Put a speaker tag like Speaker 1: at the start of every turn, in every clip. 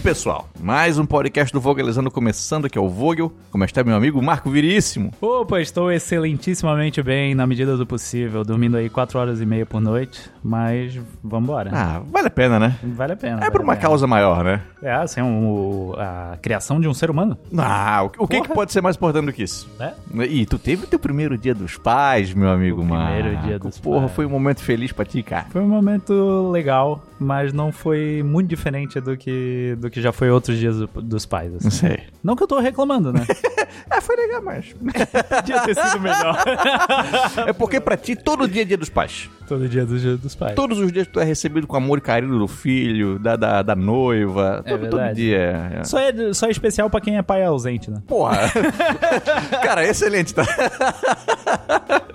Speaker 1: pessoal, mais um podcast do Vogelizando começando, que é o Vogel. Como está meu amigo Marco Viríssimo?
Speaker 2: Opa, estou excelentíssimamente bem, na medida do possível, dormindo aí 4 horas e meia por noite, mas vambora.
Speaker 1: Ah, vale a pena, né?
Speaker 2: Vale a pena.
Speaker 1: É
Speaker 2: vale
Speaker 1: por
Speaker 2: a
Speaker 1: uma
Speaker 2: pena.
Speaker 1: causa maior, né?
Speaker 2: É, assim, um- o- a criação de um ser humano,
Speaker 1: Ah, o, o que, que
Speaker 2: Porra.
Speaker 1: pode ser mais importante do que isso?
Speaker 2: né?
Speaker 1: E tu teve o teu primeiro dia dos pais, meu amigo
Speaker 2: O
Speaker 1: Marco.
Speaker 2: primeiro dia dos
Speaker 1: Porra,
Speaker 2: pais.
Speaker 1: foi um momento feliz pra ti, cara.
Speaker 2: Foi um momento legal, mas não foi muito diferente do que, do que já foi outros dias do- dos pais, assim.
Speaker 1: sei.
Speaker 2: Não que eu tô reclamando, né?
Speaker 1: Ah, foi legal, mas...
Speaker 2: Podia ter sido melhor.
Speaker 1: é porque pra ti todo dia é dia dos pais.
Speaker 2: Todo dia dos dias dos pais.
Speaker 1: Todos os dias tu é recebido com amor e carinho do filho, da, da, da noiva.
Speaker 2: É
Speaker 1: todo, todo
Speaker 2: verdade.
Speaker 1: dia. é-
Speaker 2: Só é, só é especial pra quem é pai ausente, né?
Speaker 1: Porra! Cara, excelente, tá?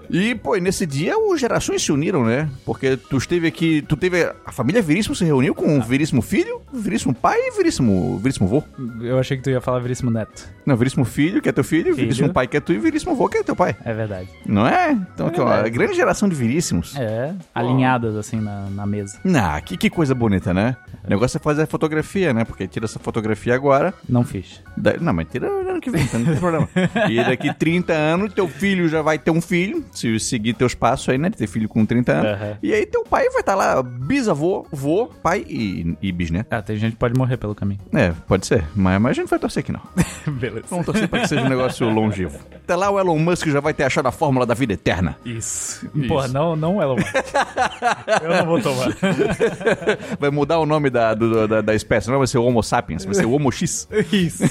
Speaker 1: E, pô, e nesse dia os gerações se uniram, né? Porque tu esteve aqui, tu teve. A família Veríssimo se reuniu com o Veríssimo Filho, o Veríssimo Pai e o Veríssimo. Veríssimo Vô.
Speaker 2: Eu achei que tu ia falar Veríssimo Neto.
Speaker 1: Não, Veríssimo Filho, que é teu filho,
Speaker 2: Filho.
Speaker 1: Veríssimo Pai, que é tu, e Veríssimo Vô, que é teu pai.
Speaker 2: É verdade.
Speaker 1: Não é? Então, aqui, ó,
Speaker 2: verdade.
Speaker 1: a grande geração de Veríssimos.
Speaker 2: É, alinhadas assim na, na mesa.
Speaker 1: Ah, que, que coisa bonita, né? O negócio é fazer a fotografia, né? Porque tira essa fotografia agora,
Speaker 2: Não fiz.
Speaker 1: Da- Não, mas tira ano que vem, então não tem problema. E daqui 30 anos, teu filho já vai ter um filho, se seguir teus passos aí, né? de Ter filho com 30 anos.
Speaker 2: Aham.
Speaker 1: E aí teu pai vai estar lá, bisavô, vô, pai e, e bisneto.
Speaker 2: Ah, tem gente que pode morrer pelo caminho.
Speaker 1: É, pode ser, mas, mas a gente não vai torcer aqui não.
Speaker 2: Beleza.
Speaker 1: Vamos torcer pra que seja um negócio longevo. Até lá o Elon Musk já vai ter achado a fórmula da vida eterna.
Speaker 2: Isso. Porra, não, não Elon Musk. Eu não vou tomar.
Speaker 1: Vai mudar o nome da, do- da, da espécie, não vai ser o Homo sapiens, vai ser o Homo X.
Speaker 2: Isso.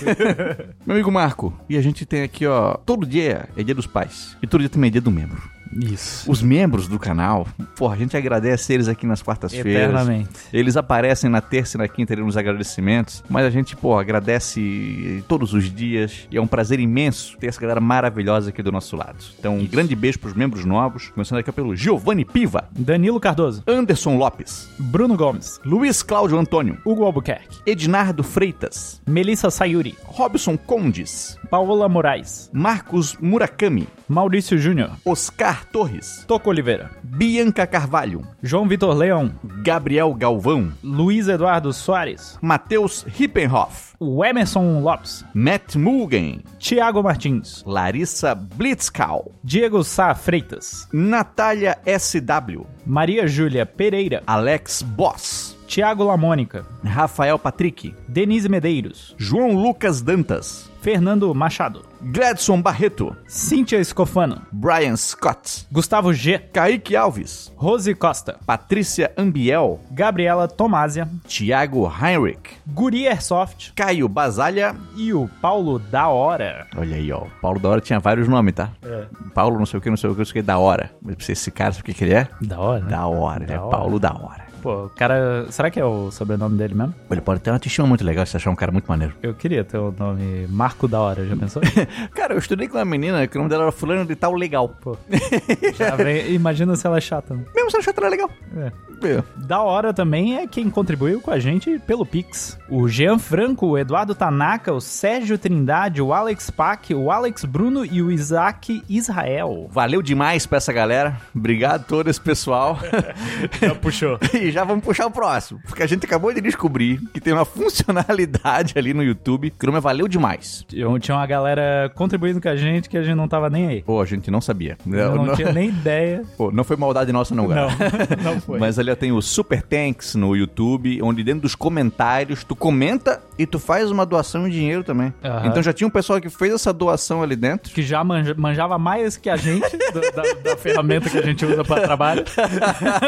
Speaker 1: Meu amigo Marco, e a gente tem aqui, ó, todo dia é dia dos pais. E todo dia também é dia do membro.
Speaker 2: Isso.
Speaker 1: Os membros do canal, porra, a gente agradece eles aqui nas quartas-feiras.
Speaker 2: Eternamente.
Speaker 1: Eles aparecem na terça e na quinta ali nos agradecimentos, mas a gente, pô, agradece todos os dias e é um prazer imenso ter essa galera maravilhosa aqui do nosso lado. Então, um grande beijo pros membros novos, começando aqui pelo Giovanni Piva,
Speaker 2: Danilo Cardoso,
Speaker 1: Anderson Lopes,
Speaker 2: Bruno Gomes,
Speaker 1: Luiz Cláudio Antônio,
Speaker 2: Hugo Albuquerque,
Speaker 1: Ednardo Freitas,
Speaker 2: Melissa Sayuri,
Speaker 1: Robson Condes,
Speaker 2: Paola Moraes,
Speaker 1: Marcos Murakami,
Speaker 2: Maurício Júnior,
Speaker 1: Oscar Torres,
Speaker 2: Toco Oliveira,
Speaker 1: Bianca Carvalho,
Speaker 2: João Vitor Leão,
Speaker 1: Gabriel Galvão,
Speaker 2: Luiz Eduardo Soares,
Speaker 1: Matheus Rippenhoff,
Speaker 2: o Emerson Lopes,
Speaker 1: Matt Mugen,
Speaker 2: Tiago Martins,
Speaker 1: Larissa Blitzkau,
Speaker 2: Diego Sá Freitas,
Speaker 1: Natália SW,
Speaker 2: Maria Júlia Pereira,
Speaker 1: Alex Boss,
Speaker 2: Tiago Lamônica,
Speaker 1: Rafael Patrick,
Speaker 2: Denise Medeiros,
Speaker 1: João Lucas Dantas,
Speaker 2: Fernando Machado,
Speaker 1: Gladson Barreto,
Speaker 2: Cíntia Escofano,
Speaker 1: Brian Scott,
Speaker 2: Gustavo G,
Speaker 1: Kaique Alves,
Speaker 2: Rose Costa,
Speaker 1: Patrícia Ambiel,
Speaker 2: Gabriela Tomásia,
Speaker 1: Thiago Heinrich,
Speaker 2: Guri Airsoft
Speaker 1: Caio Basalha.
Speaker 2: e o Paulo da Hora.
Speaker 1: Olha aí, ó. Paulo da Hora tinha vários nomes, tá? Paulo não sei o que, não sei o que, não sei o que, da hora. Mas pra você, esse cara, sabe o que, que ele é?
Speaker 2: Da Hora? né?
Speaker 1: Da hora, ele é
Speaker 2: hora.
Speaker 1: Paulo da hora.
Speaker 2: Pô, o cara. Será que é o sobrenome dele mesmo?
Speaker 1: Ele pode ter uma autoestima muito legal, você achar um cara muito maneiro.
Speaker 2: Eu queria ter o nome Marco da Hora, já pensou?
Speaker 1: Cara, eu estudei com uma menina que o nome dela era Fulano de Tal Legal.
Speaker 2: Pô. já vem- imagina se ela é chata. né?
Speaker 1: Mesmo se ela achou que ela era legal.
Speaker 2: É.
Speaker 1: É.
Speaker 2: Da hora também é quem contribuiu com a gente pelo Pix. O Jean Franco, o Eduardo Tanaka, o Sérgio Trindade, o Alex Pack, o Alex Bruno e o Isaac Israel.
Speaker 1: Valeu demais pra essa galera. Obrigado a todo esse pessoal.
Speaker 2: Já puxou.
Speaker 1: e já vamos puxar o próximo. Porque a gente acabou de descobrir que tem uma funcionalidade ali no YouTube que o nome é Valeu Demais.
Speaker 2: Eu tinha uma galera contribuindo com a gente que a gente não tava nem aí.
Speaker 1: Pô, a gente É, não sabia.
Speaker 2: Eu não, tinha nem ideia.
Speaker 1: Pô, não foi maldade nossa, não, galera.
Speaker 2: não foi.
Speaker 1: Mas ali ó, tem o Super Tanks no YouTube, onde dentro dos comentários tu comenta e tu faz uma doação em dinheiro também.
Speaker 2: Aham.
Speaker 1: Então já tinha um pessoal que fez essa doação ali dentro.
Speaker 2: Que já manja- manjava mais que a gente do- da, da ferramenta que a gente usa pra trabalho.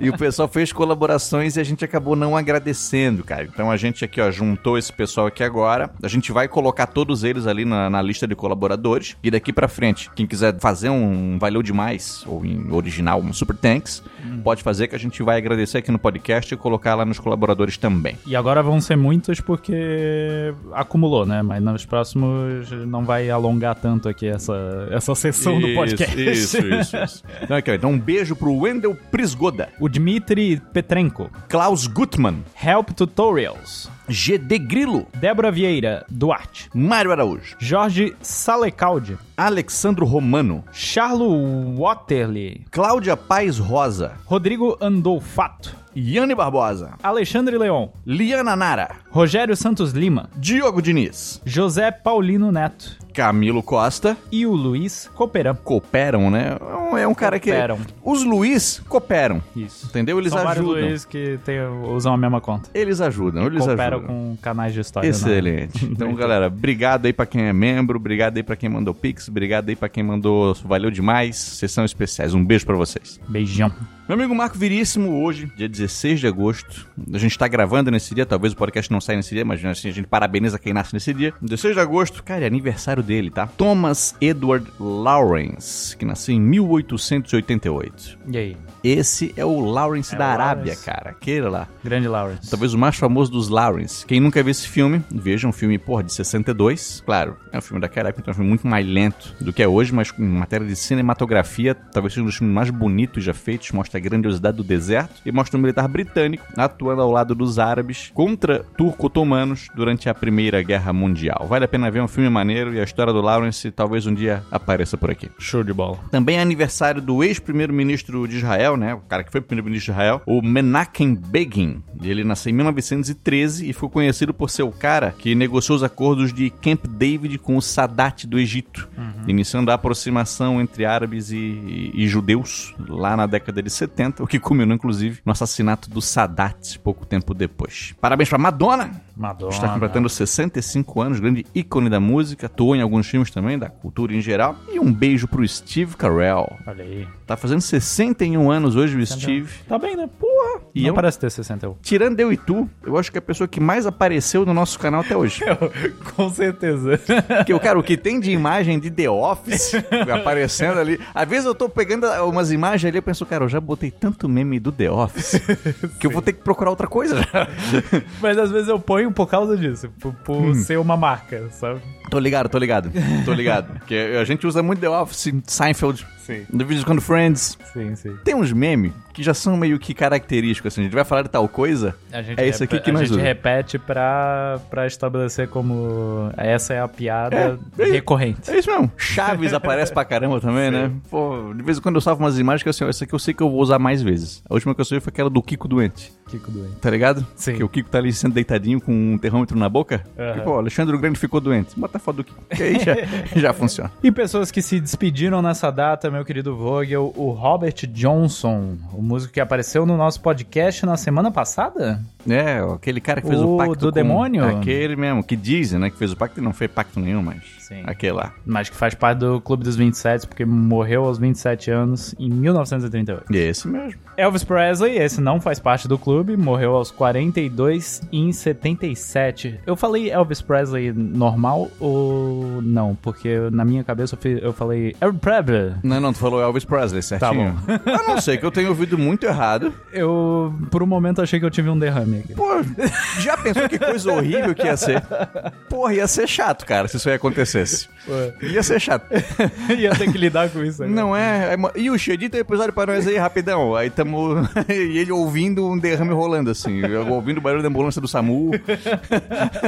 Speaker 1: E o pessoal fez colaborações e a gente acabou não agradecendo, cara. Então a gente aqui, ó, juntou esse pessoal aqui agora. A gente vai colocar todos eles ali na, na lista de colaboradores. E daqui pra frente, quem quiser fazer um Valeu Demais, ou em original, um Super Tanks,
Speaker 2: Hum.
Speaker 1: pode fazer que a gente vai agradecer aqui no podcast e colocar lá nos colaboradores também.
Speaker 2: E agora vão ser muitos porque acumulou, né? Mas nos próximos não vai alongar tanto aqui essa, essa sessão do podcast.
Speaker 1: Isso, isso, isso. Então, aqui, ó, então um beijo pro Wendel Prisgoda,
Speaker 2: O Dmitry Petrenko,
Speaker 1: Klaus Gutmann,
Speaker 2: Help Tutorials,
Speaker 1: GD Grilo,
Speaker 2: Débora Vieira Duarte,
Speaker 1: Mário Araújo,
Speaker 2: Jorge Salecaldi,
Speaker 1: Alexandro Romano,
Speaker 2: Charlo Waterley,
Speaker 1: Cláudia Paz Rosa,
Speaker 2: Rodrigo Andolfato,
Speaker 1: Yane Barbosa,
Speaker 2: Alexandre Leon,
Speaker 1: Liana Nara,
Speaker 2: Rogério Santos Lima,
Speaker 1: Diogo Diniz,
Speaker 2: José Paulino Neto
Speaker 1: Camilo Costa,
Speaker 2: e o Luiz Cooperan.
Speaker 1: cooperam, né? É um- É um cara que.
Speaker 2: Cooperam.
Speaker 1: Os Luiz cooperam.
Speaker 2: Isso.
Speaker 1: Entendeu? Eles
Speaker 2: São vários
Speaker 1: ajudam.
Speaker 2: Luiz que tem- usam a mesma conta.
Speaker 1: Eles ajudam, eles
Speaker 2: Cooperam
Speaker 1: ajudam.
Speaker 2: com canais de história. né?
Speaker 1: Excelente. Então, galera, obrigado aí pra quem é membro, obrigado aí pra quem mandou pix, obrigado aí pra quem mandou valeu demais, vocês são especiais. Um beijo pra vocês.
Speaker 2: Né? Beijão.
Speaker 1: Meu amigo Marco Viríssimo, hoje, dia 16 de agosto, a gente tá gravando nesse dia, talvez o podcast não saia nesse dia, mas assim, a gente parabeniza quem nasce nesse dia. 16 de agosto, cara, é aniversário dele, tá? Thomas Edward Lawrence, que nasceu em 1888.
Speaker 2: E aí?
Speaker 1: Esse é o Lawrence
Speaker 2: É
Speaker 1: da
Speaker 2: o
Speaker 1: Arábia,
Speaker 2: Lawrence.
Speaker 1: cara, aquele lá.
Speaker 2: Grande Lawrence.
Speaker 1: Talvez o mais famoso dos Lawrence. Quem nunca viu esse filme, veja um filme, porra, de 62. Claro, é um filme daquela época, então é um filme muito mais lento do que é hoje, mas em matéria de cinematografia, talvez seja um dos filmes mais bonitos já feitos, mostra a grandiosidade do deserto e mostra um militar britânico atuando ao lado dos árabes contra turco-otomanos durante a Primeira Guerra Mundial. Vale a pena ver, é um filme maneiro e a história do Lawrence talvez um dia apareça por aqui.
Speaker 2: Show de bola.
Speaker 1: Também é aniversário do ex-primeiro-ministro de Israel, né? O cara que foi primeiro-ministro de Israel, o Menachem Begin. Ele nasceu em 1913 e ficou conhecido por ser o cara que negociou os acordos de Camp David com o Sadat do Egito, iniciando a aproximação entre árabes e, e- e judeus lá na década de 70, o que culminou, inclusive, no assassinato do Sadat pouco tempo depois. Parabéns pra Madonna,
Speaker 2: Madonna.
Speaker 1: Está completando 65 anos, grande ícone da música, atuou em alguns filmes também, da cultura em geral. E um beijo pro Steve Carell.
Speaker 2: Olha aí.
Speaker 1: Tá fazendo 61 anos hoje o Steve.
Speaker 2: Tá bem, né? Porra.
Speaker 1: E
Speaker 2: não
Speaker 1: eu-
Speaker 2: parece ter 61.
Speaker 1: Tirando eu e tu, eu acho que é a pessoa que mais apareceu no nosso canal até hoje.
Speaker 2: Com certeza.
Speaker 1: Porque, o cara, o que tem de imagem de The Office aparecendo ali. Às vezes eu tô pegando umas imagens ali e eu penso, cara, eu já botei tanto meme do The Office que eu vou ter que procurar outra coisa.
Speaker 2: Mas às vezes eu ponho por causa disso. Por, por
Speaker 1: Hum.
Speaker 2: ser uma marca, sabe?
Speaker 1: tô ligado, tô ligado, tô ligado. Porque a gente usa muito The Office, Seinfeld,
Speaker 2: Sim.
Speaker 1: no vídeo quando Friends.
Speaker 2: Sim, sim.
Speaker 1: Tem uns memes que já são meio que característicos, assim, a gente vai falar de tal coisa,
Speaker 2: A gente
Speaker 1: é isso aqui
Speaker 2: rep-
Speaker 1: que
Speaker 2: a
Speaker 1: nós
Speaker 2: gente
Speaker 1: usamos.
Speaker 2: repete pra, pra estabelecer como essa é a piada
Speaker 1: É, é-
Speaker 2: recorrente.
Speaker 1: É isso mesmo. Chaves aparece pra caramba também, né? Pô, de vez em quando eu salvo umas imagens que assim, ó, essa aqui eu sei que eu vou usar mais vezes. A última que eu salvei foi aquela do Kiko doente,
Speaker 2: Kiko doente.
Speaker 1: tá ligado?
Speaker 2: Sim.
Speaker 1: Que o Kiko tá ali sendo deitadinho com um terrômetro na boca.
Speaker 2: Aham.
Speaker 1: Que, pô, Alexandre o Grande ficou doente. Bota a foto do Kiko, que aí já, já funciona.
Speaker 2: E pessoas que se despediram nessa data, meu querido Vogel, o Robert Johnson, o músico que apareceu no nosso podcast na semana passada?
Speaker 1: É, aquele cara que fez o,
Speaker 2: O
Speaker 1: pacto
Speaker 2: do
Speaker 1: com-
Speaker 2: demônio?
Speaker 1: Aquele mesmo, que dizem, né, que fez o pacto e não fez pacto nenhum, mas...
Speaker 2: Sim.
Speaker 1: Aquele lá.
Speaker 2: Mas que faz parte do Clube dos 27, porque morreu aos 27 anos em 1938.
Speaker 1: E é esse mesmo.
Speaker 2: Elvis Presley, esse não faz parte do clube, morreu aos 42 em 77. Eu falei Elvis Presley normal ou não? Porque na minha cabeça eu, fi- eu falei Elvis Presley.
Speaker 1: Não, não, tu falou Elvis Presley, certinho? bom. Eu não sei, que eu tenho ouvido muito errado.
Speaker 2: Eu, por um momento, achei que eu tive um derrame aqui.
Speaker 1: Pô, já pensou que coisa horrível que ia ser? Porra, ia ser chato, cara, se isso aí acontecesse. Ia ser chato.
Speaker 2: Ia ter que lidar com isso né? agora.
Speaker 1: Não é... é mo- E o Xedito tem episódio pra nós aí, rapidão. Aí tamo... E ele ouvindo um derrame rolando, assim. eu Ouvindo o barulho da ambulância do SAMU.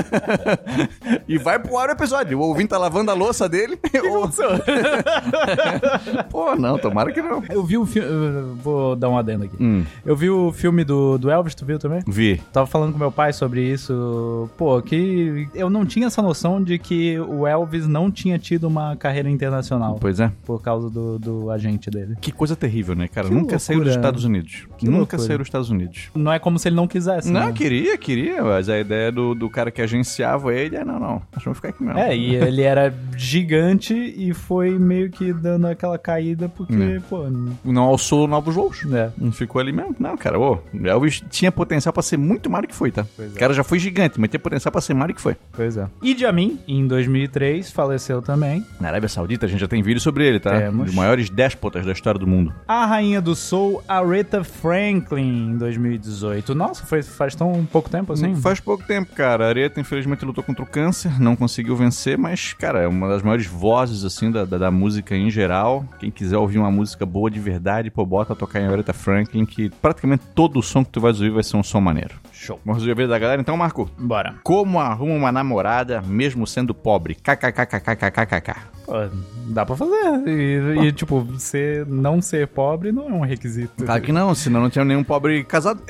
Speaker 1: E vai pro ar o episódio. O ouvinte tá lavando a louça dele. Ou... Pô, não, tomara que não.
Speaker 2: Eu vi o filme. Vou dar um adendo aqui. Eu vi o filme do, do Elvis, tu viu também?
Speaker 1: Vi.
Speaker 2: Tava falando com meu pai sobre isso. Pô, que eu não tinha essa noção de que o Elvis não tinha tido uma carreira internacional
Speaker 1: Pois é.
Speaker 2: por causa do, do agente dele.
Speaker 1: Que coisa terrível, né, cara?
Speaker 2: Que
Speaker 1: Nunca saiu dos
Speaker 2: loucura.
Speaker 1: Estados Unidos.
Speaker 2: Que
Speaker 1: Nunca
Speaker 2: loucura.
Speaker 1: saiu dos Estados Unidos.
Speaker 2: Não é como se ele não quisesse.
Speaker 1: Não,
Speaker 2: né?
Speaker 1: queria, queria, mas a ideia do, do cara que agenciava ele é, não, não, nós vamos ficar aqui mesmo.
Speaker 2: É, e ele era gigante e foi meio que dando aquela caída porque, pô.
Speaker 1: Não alçou novos voos.
Speaker 2: Né?
Speaker 1: Não ficou ali mesmo. Não, cara, ô, Elvis tinha potencial pra ser muito mais do que foi, tá?
Speaker 2: Pois é.
Speaker 1: O cara já foi gigante, mas tem potencial pra ser mais do que foi.
Speaker 2: Pois é. Idi Amin, em 2003, faleceu também.
Speaker 1: Na Arábia Saudita, a gente já tem vídeo sobre ele, tá?
Speaker 2: Temos.
Speaker 1: Um dos maiores déspotas da história do mundo.
Speaker 2: A rainha do soul, Aretha Franklin, em 2018. Nossa, foi, faz tão pouco tempo assim?
Speaker 1: Faz pouco tempo, cara. A Areta, infelizmente, lutou contra o câncer, não conseguiu vencer, mas, cara, é uma das maiores vozes, assim, da, da, da música em geral. Quem quiser ouvir uma música boa de verdade, pô, bota a tocar em Aretha Franklin, que praticamente todo o som que tu vai ouvir vai ser um som maneiro.
Speaker 2: Show.
Speaker 1: Vamos resolver a vida da galera, então, Marco?
Speaker 2: Bora.
Speaker 1: Como arruma uma namorada mesmo sendo pobre? KKKKKKKK.
Speaker 2: pô, dá pra fazer. E, e, tipo, você não ser pobre não é um requisito.
Speaker 1: Claro que não, senão não tinha nenhum pobre casado.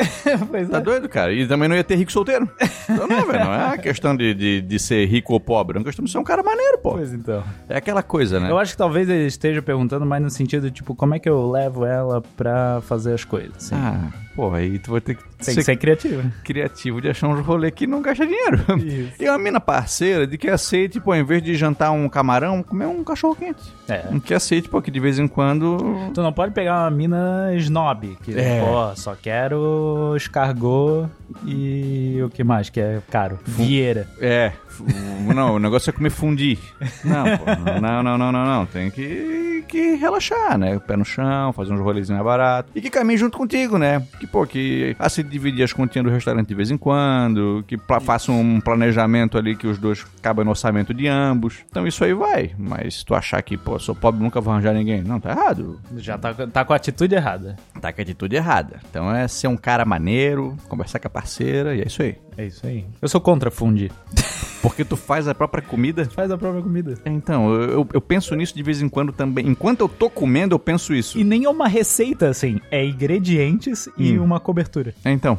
Speaker 2: Pois
Speaker 1: Tá
Speaker 2: é.
Speaker 1: doido, cara? E também não ia ter rico solteiro. Então não, velho. Não é uma questão de, de, de ser rico ou pobre. É uma questão de ser um cara maneiro, pô.
Speaker 2: Pois então.
Speaker 1: É aquela coisa, né?
Speaker 2: Eu acho que talvez ele esteja perguntando mais no sentido, tipo, como é que eu levo ela pra fazer as coisas? assim.
Speaker 1: Ah, pô, aí tu vai ter que ser
Speaker 2: Tem que ser criativo.
Speaker 1: criativo de achar um rolê que não gasta dinheiro.
Speaker 2: Isso.
Speaker 1: E uma mina parceira de que aceite, pô, em vez de jantar um camarão, comer um cachorro quente.
Speaker 2: É.
Speaker 1: Um que aceite, pô, que de vez em quando.
Speaker 2: Tu não pode pegar uma mina snob, que,
Speaker 1: É.
Speaker 2: pô, só quero escargot e o que mais que é caro? Vieira.
Speaker 1: É. fu- Não, o negócio é comer fundir. Não, pô. Não, não, não, não, não. Tem que, que relaxar, né? Pé no chão, fazer uns rolezinhos mais baratos. E que caminhe junto contigo, né? Que, pô, que aceite dividir as continhas do restaurante de vez em quando. Que pla- faça um planejamento ali que os dois cabem no orçamento de ambos. Então isso aí vai. Mas se tu achar que, pô, sou pobre, nunca vou arranjar ninguém. Não, tá errado.
Speaker 2: Já tá, tá com a atitude errada.
Speaker 1: Tá com a atitude errada. Então é ser um cara maneiro, conversar com a parceira e é isso aí.
Speaker 2: É isso aí. Eu sou contra fundir.
Speaker 1: Porque tu faz a própria comida.
Speaker 2: Faz a própria comida.
Speaker 1: É, Então, eu, eu- eu penso nisso de vez em quando também. Enquanto eu tô comendo, eu penso isso.
Speaker 2: E nem é uma receita, assim. É ingredientes e
Speaker 1: Hum.
Speaker 2: uma cobertura.
Speaker 1: É, Então.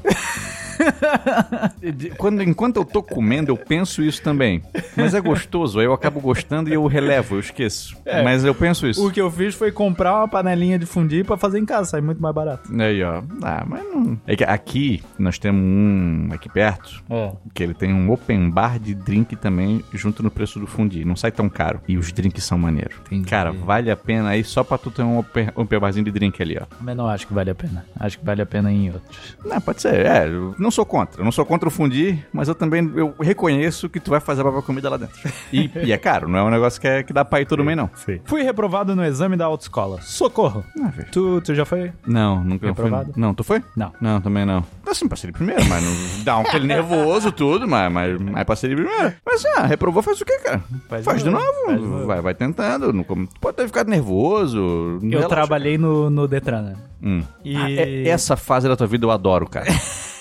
Speaker 1: De- quando, enquanto eu tô comendo, eu penso isso também. Mas é gostoso, aí eu acabo gostando e eu relevo, eu esqueço. Mas eu penso
Speaker 2: O
Speaker 1: isso.
Speaker 2: que eu fiz foi comprar uma panelinha de fundir pra fazer em casa. Sai muito mais barato.
Speaker 1: Aí, ó. Ah, mas não. É que aqui nós temos um aqui perto.
Speaker 2: É.
Speaker 1: Que ele tem um open bar de drink também, junto no preço do fundi. Não sai tão caro. E os drinks são maneiros. Cara, vale a pena aí só pra tu ter um open, open barzinho de drink ali, ó.
Speaker 2: Mas não acho que vale a pena. Acho que vale a pena ir em outros.
Speaker 1: Não, pode ser. É, eu não sou contra. Eu não sou contra o fundir, mas eu também eu reconheço que tu vai fazer a própria comida lá dentro. E, e é caro, não é um negócio que, é, que dá pra ir todo mês, não.
Speaker 2: Sim. Fui reprovado no exame da autoescola. Socorro!
Speaker 1: Ah, velho.
Speaker 2: Tu, tu já foi?
Speaker 1: Não, nunca fui.
Speaker 2: Reprovado?
Speaker 1: Não, tu foi?
Speaker 2: Não.
Speaker 1: Não, também não. Assim, passei de primeiro, mas não, dá um aquele nervoso tudo, mas, mas, mas passei de primeiro. Mas ah, reprovou, faz o quê, cara?
Speaker 2: Faz
Speaker 1: Faz,
Speaker 2: de
Speaker 1: de
Speaker 2: novo,
Speaker 1: novo.
Speaker 2: faz de novo.
Speaker 1: Vai, vai tentando. Não, come- tu pode ter ficado nervoso.
Speaker 2: Eu
Speaker 1: relaxa.
Speaker 2: trabalhei no, no Detran. né?
Speaker 1: Hum.
Speaker 2: E,
Speaker 1: Ah, é- essa fase da tua vida eu adoro, cara.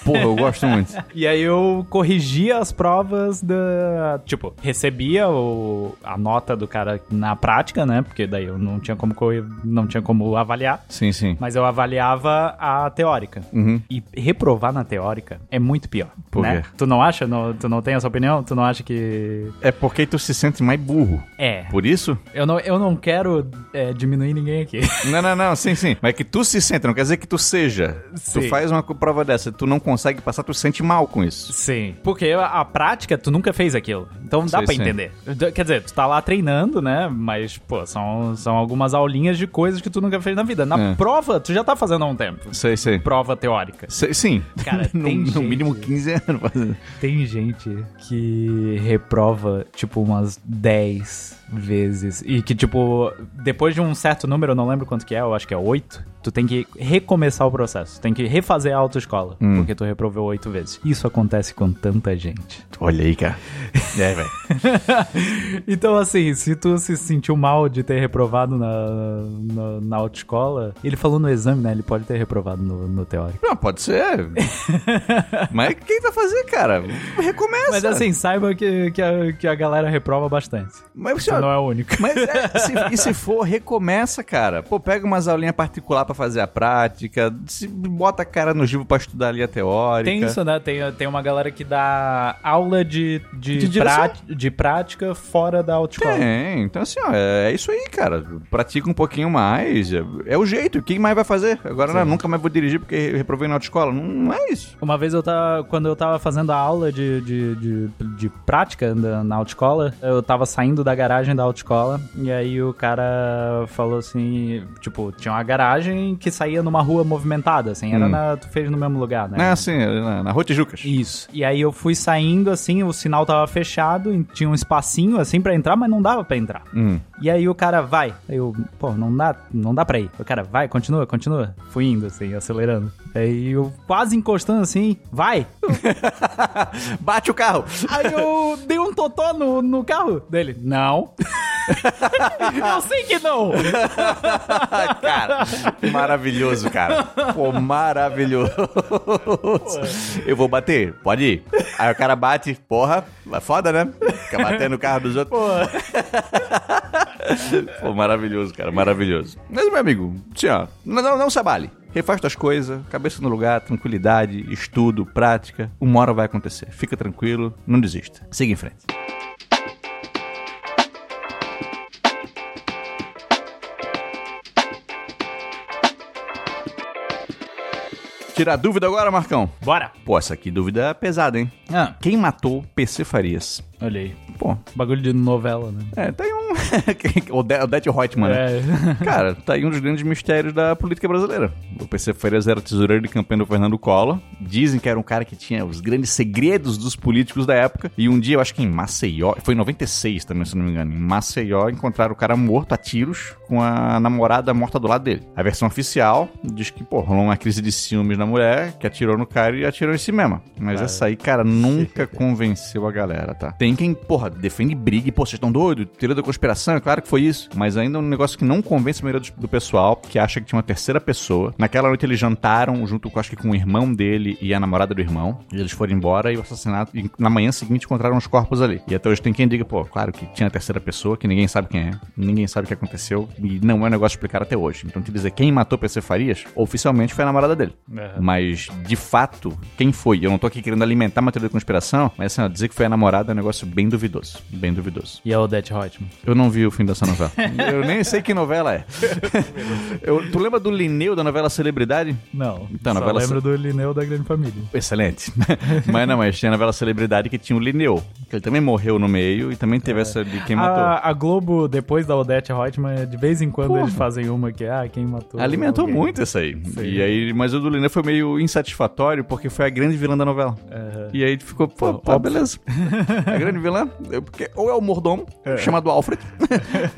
Speaker 1: Porra, eu gosto muito.
Speaker 2: e aí eu corrigia as provas da. Tipo, recebia o, a nota do cara na prática, né? Porque daí eu não tinha como corri- não tinha como avaliar.
Speaker 1: Sim, sim.
Speaker 2: Mas eu avaliava a teórica.
Speaker 1: Uhum.
Speaker 2: E reprovar na teórica é muito pior.
Speaker 1: Por
Speaker 2: né?
Speaker 1: quê?
Speaker 2: Tu não acha? Não- tu não tem essa opinião? Tu não acha que.
Speaker 1: É porque tu se sente mais burro.
Speaker 2: É.
Speaker 1: Por isso?
Speaker 2: Eu não, eu não quero é, diminuir ninguém aqui.
Speaker 1: Não, não, não, sim, sim. Mas é que tu se sente, não quer dizer que tu seja.
Speaker 2: Sim.
Speaker 1: Tu faz uma co- prova dessa, tu não consegue passar, tu se sente mal com isso.
Speaker 2: Sim. Porque a a prática, tu nunca fez aquilo. Então dá
Speaker 1: Sei,
Speaker 2: pra
Speaker 1: sim.
Speaker 2: entender. D- Quer dizer, tu tá lá treinando, né? Mas, pô, são, são algumas aulinhas de coisas que tu nunca fez na vida. Na
Speaker 1: É.
Speaker 2: prova, tu já tá fazendo há um tempo.
Speaker 1: Sei, sei.
Speaker 2: Prova teórica.
Speaker 1: Sei, sim.
Speaker 2: Cara,
Speaker 1: no,
Speaker 2: tem
Speaker 1: no
Speaker 2: gente-
Speaker 1: mínimo 15 anos. fazendo.
Speaker 2: Tem gente que reprova, tipo, umas 10 vezes. E que, tipo, depois de um certo número, eu não lembro quanto que é, eu acho que é 8, tu tem que recomeçar o processo. Tem que refazer a autoescola, porque tu reprovou 8 vezes. Isso acontece com tanta gente.
Speaker 1: Olha aí, cara. É, velho.
Speaker 2: Então, assim, se tu se sentiu mal de ter reprovado na, na, na autoescola, ele falou no exame, né? Ele pode ter reprovado no, no teórico.
Speaker 1: Não, pode ser. Mas quem tá fazendo, cara? Recomeça.
Speaker 2: Mas, assim, saiba que, que, a, que a galera reprova bastante.
Speaker 1: Mas,
Speaker 2: Tu
Speaker 1: senhor,
Speaker 2: não é o único.
Speaker 1: Mas é, se, e se for, recomeça, cara. Pô, pega umas aulinhas particular pra fazer a prática, se, bota a cara no gibo pra estudar ali a teórica.
Speaker 2: Tem isso, né? Tem, tem uma galera que dá aula de, de,
Speaker 1: De
Speaker 2: prá-
Speaker 1: direção.
Speaker 2: de prática fora da autoescola.
Speaker 1: Tem, então assim, ó, é, é isso aí, cara. Pratica um pouquinho mais. É, é o jeito, quem mais vai fazer? Agora não, nunca mais vou dirigir porque reprovei na autoescola. Não, não é isso.
Speaker 2: Uma vez eu tava. Quando eu tava fazendo a aula de, de, de, de prática na, na autoescola, eu tava saindo da garagem da autoescola. E aí o cara falou assim: tipo, tinha uma garagem que saía numa rua movimentada, assim. Era
Speaker 1: Hum.
Speaker 2: na. Tu fez no mesmo lugar, né?
Speaker 1: Não é assim, é na, na Rua Tijucas.
Speaker 2: Isso. E aí eu fui saindo, assim, o sinal tava fechado, e tinha um espacinho, assim, pra entrar, mas não dava pra entrar.
Speaker 1: Hum.
Speaker 2: E aí o cara vai. Eu, pô, não dá, não dá pra ir. O cara vai, continua, continua. Fui indo, assim, acelerando. Aí eu quase encostando assim, vai!
Speaker 1: Bate o carro!
Speaker 2: Aí eu dei um totó no, no carro dele. Não. eu sei que não!
Speaker 1: cara, maravilhoso, cara. Pô, maravilhoso. Eu vou bater? Pode ir. Aí o cara bate, porra, é foda, né? Fica batendo o carro dos outros. Pô, maravilhoso, cara, maravilhoso. Mas, meu amigo, assim, ó, não, não se abale. Refaz tuas coisas, cabeça no lugar, tranquilidade, estudo, prática. Uma hora vai acontecer. Fica tranquilo, não desista. Siga em frente. Tirar dúvida agora, Marcão?
Speaker 2: Bora!
Speaker 1: Pô, essa aqui dúvida é pesada, hein?
Speaker 2: Ah,
Speaker 1: Quem matou PC Farias?
Speaker 2: olha aí.
Speaker 1: Pô,
Speaker 2: Bagulho de novela, né?
Speaker 1: é, tem um. Ode- Odete Reutemann, né?
Speaker 2: É.
Speaker 1: Cara, tá aí um dos grandes mistérios da política brasileira. O PC Farias era tesoureiro de campanha do Fernando Collor. Dizem que era um cara que tinha os grandes segredos dos políticos da época. E um dia, eu acho que em Maceió, foi em 96 também, se não me engano, em Maceió, encontraram o cara morto a tiros com a namorada morta do lado dele. A versão oficial diz que, pô, rolou uma crise de ciúmes na mulher, que atirou no cara e atirou em si mesma. Mas
Speaker 2: Cara.
Speaker 1: essa aí, cara, nunca convenceu a galera, tá? Tem quem, porra, defende briga e, pô, vocês estão doidos? Teoria da conspiração, é claro que foi isso. Mas ainda é um negócio que não convence a maioria do, do pessoal, que acha que tinha uma terceira pessoa. Naquela noite eles jantaram junto com, acho que com o irmão dele e a namorada do irmão. E eles foram embora e o assassinato. E na manhã seguinte encontraram os corpos ali. E até hoje tem quem diga, pô, claro que tinha a terceira pessoa, que ninguém sabe quem é, ninguém sabe o que aconteceu. E não é um negócio explicado até hoje. Então te dizer quem matou PC Farias, oficialmente foi a namorada dele.
Speaker 2: É.
Speaker 1: Mas, de fato, quem foi? Eu não tô aqui querendo alimentar uma teoria da conspiração, mas assim, ó, dizer que foi a namorada é um negócio bem duvidoso. Bem duvidoso.
Speaker 2: E é a Odette Reutemann.
Speaker 1: Eu não vi o fim dessa novela. eu nem sei que novela é. Eu- tu lembra do Lineu da novela Celebridade?
Speaker 2: Não,
Speaker 1: Então,
Speaker 2: só
Speaker 1: novela-
Speaker 2: lembro do Lineu da Grande Família.
Speaker 1: Excelente. mas não, mas tinha a novela Celebridade que tinha o Lineu. Que ele também morreu no meio e também teve essa de quem matou.
Speaker 2: A, a Globo, depois da Odette Reutemann, de vez em quando
Speaker 1: Porra.
Speaker 2: eles fazem uma que, ah, quem matou.
Speaker 1: Alimentou
Speaker 2: alguém.
Speaker 1: muito essa aí.
Speaker 2: Sim.
Speaker 1: E aí, mas o do Lineu foi meio insatisfatório porque foi a grande vilã da novela.
Speaker 2: Aham.
Speaker 1: E aí ficou, pô,
Speaker 2: Então,
Speaker 1: tá,
Speaker 2: óbvio.
Speaker 1: beleza. A grande vilã, é porque ou é o mordomo, chamado Alfred,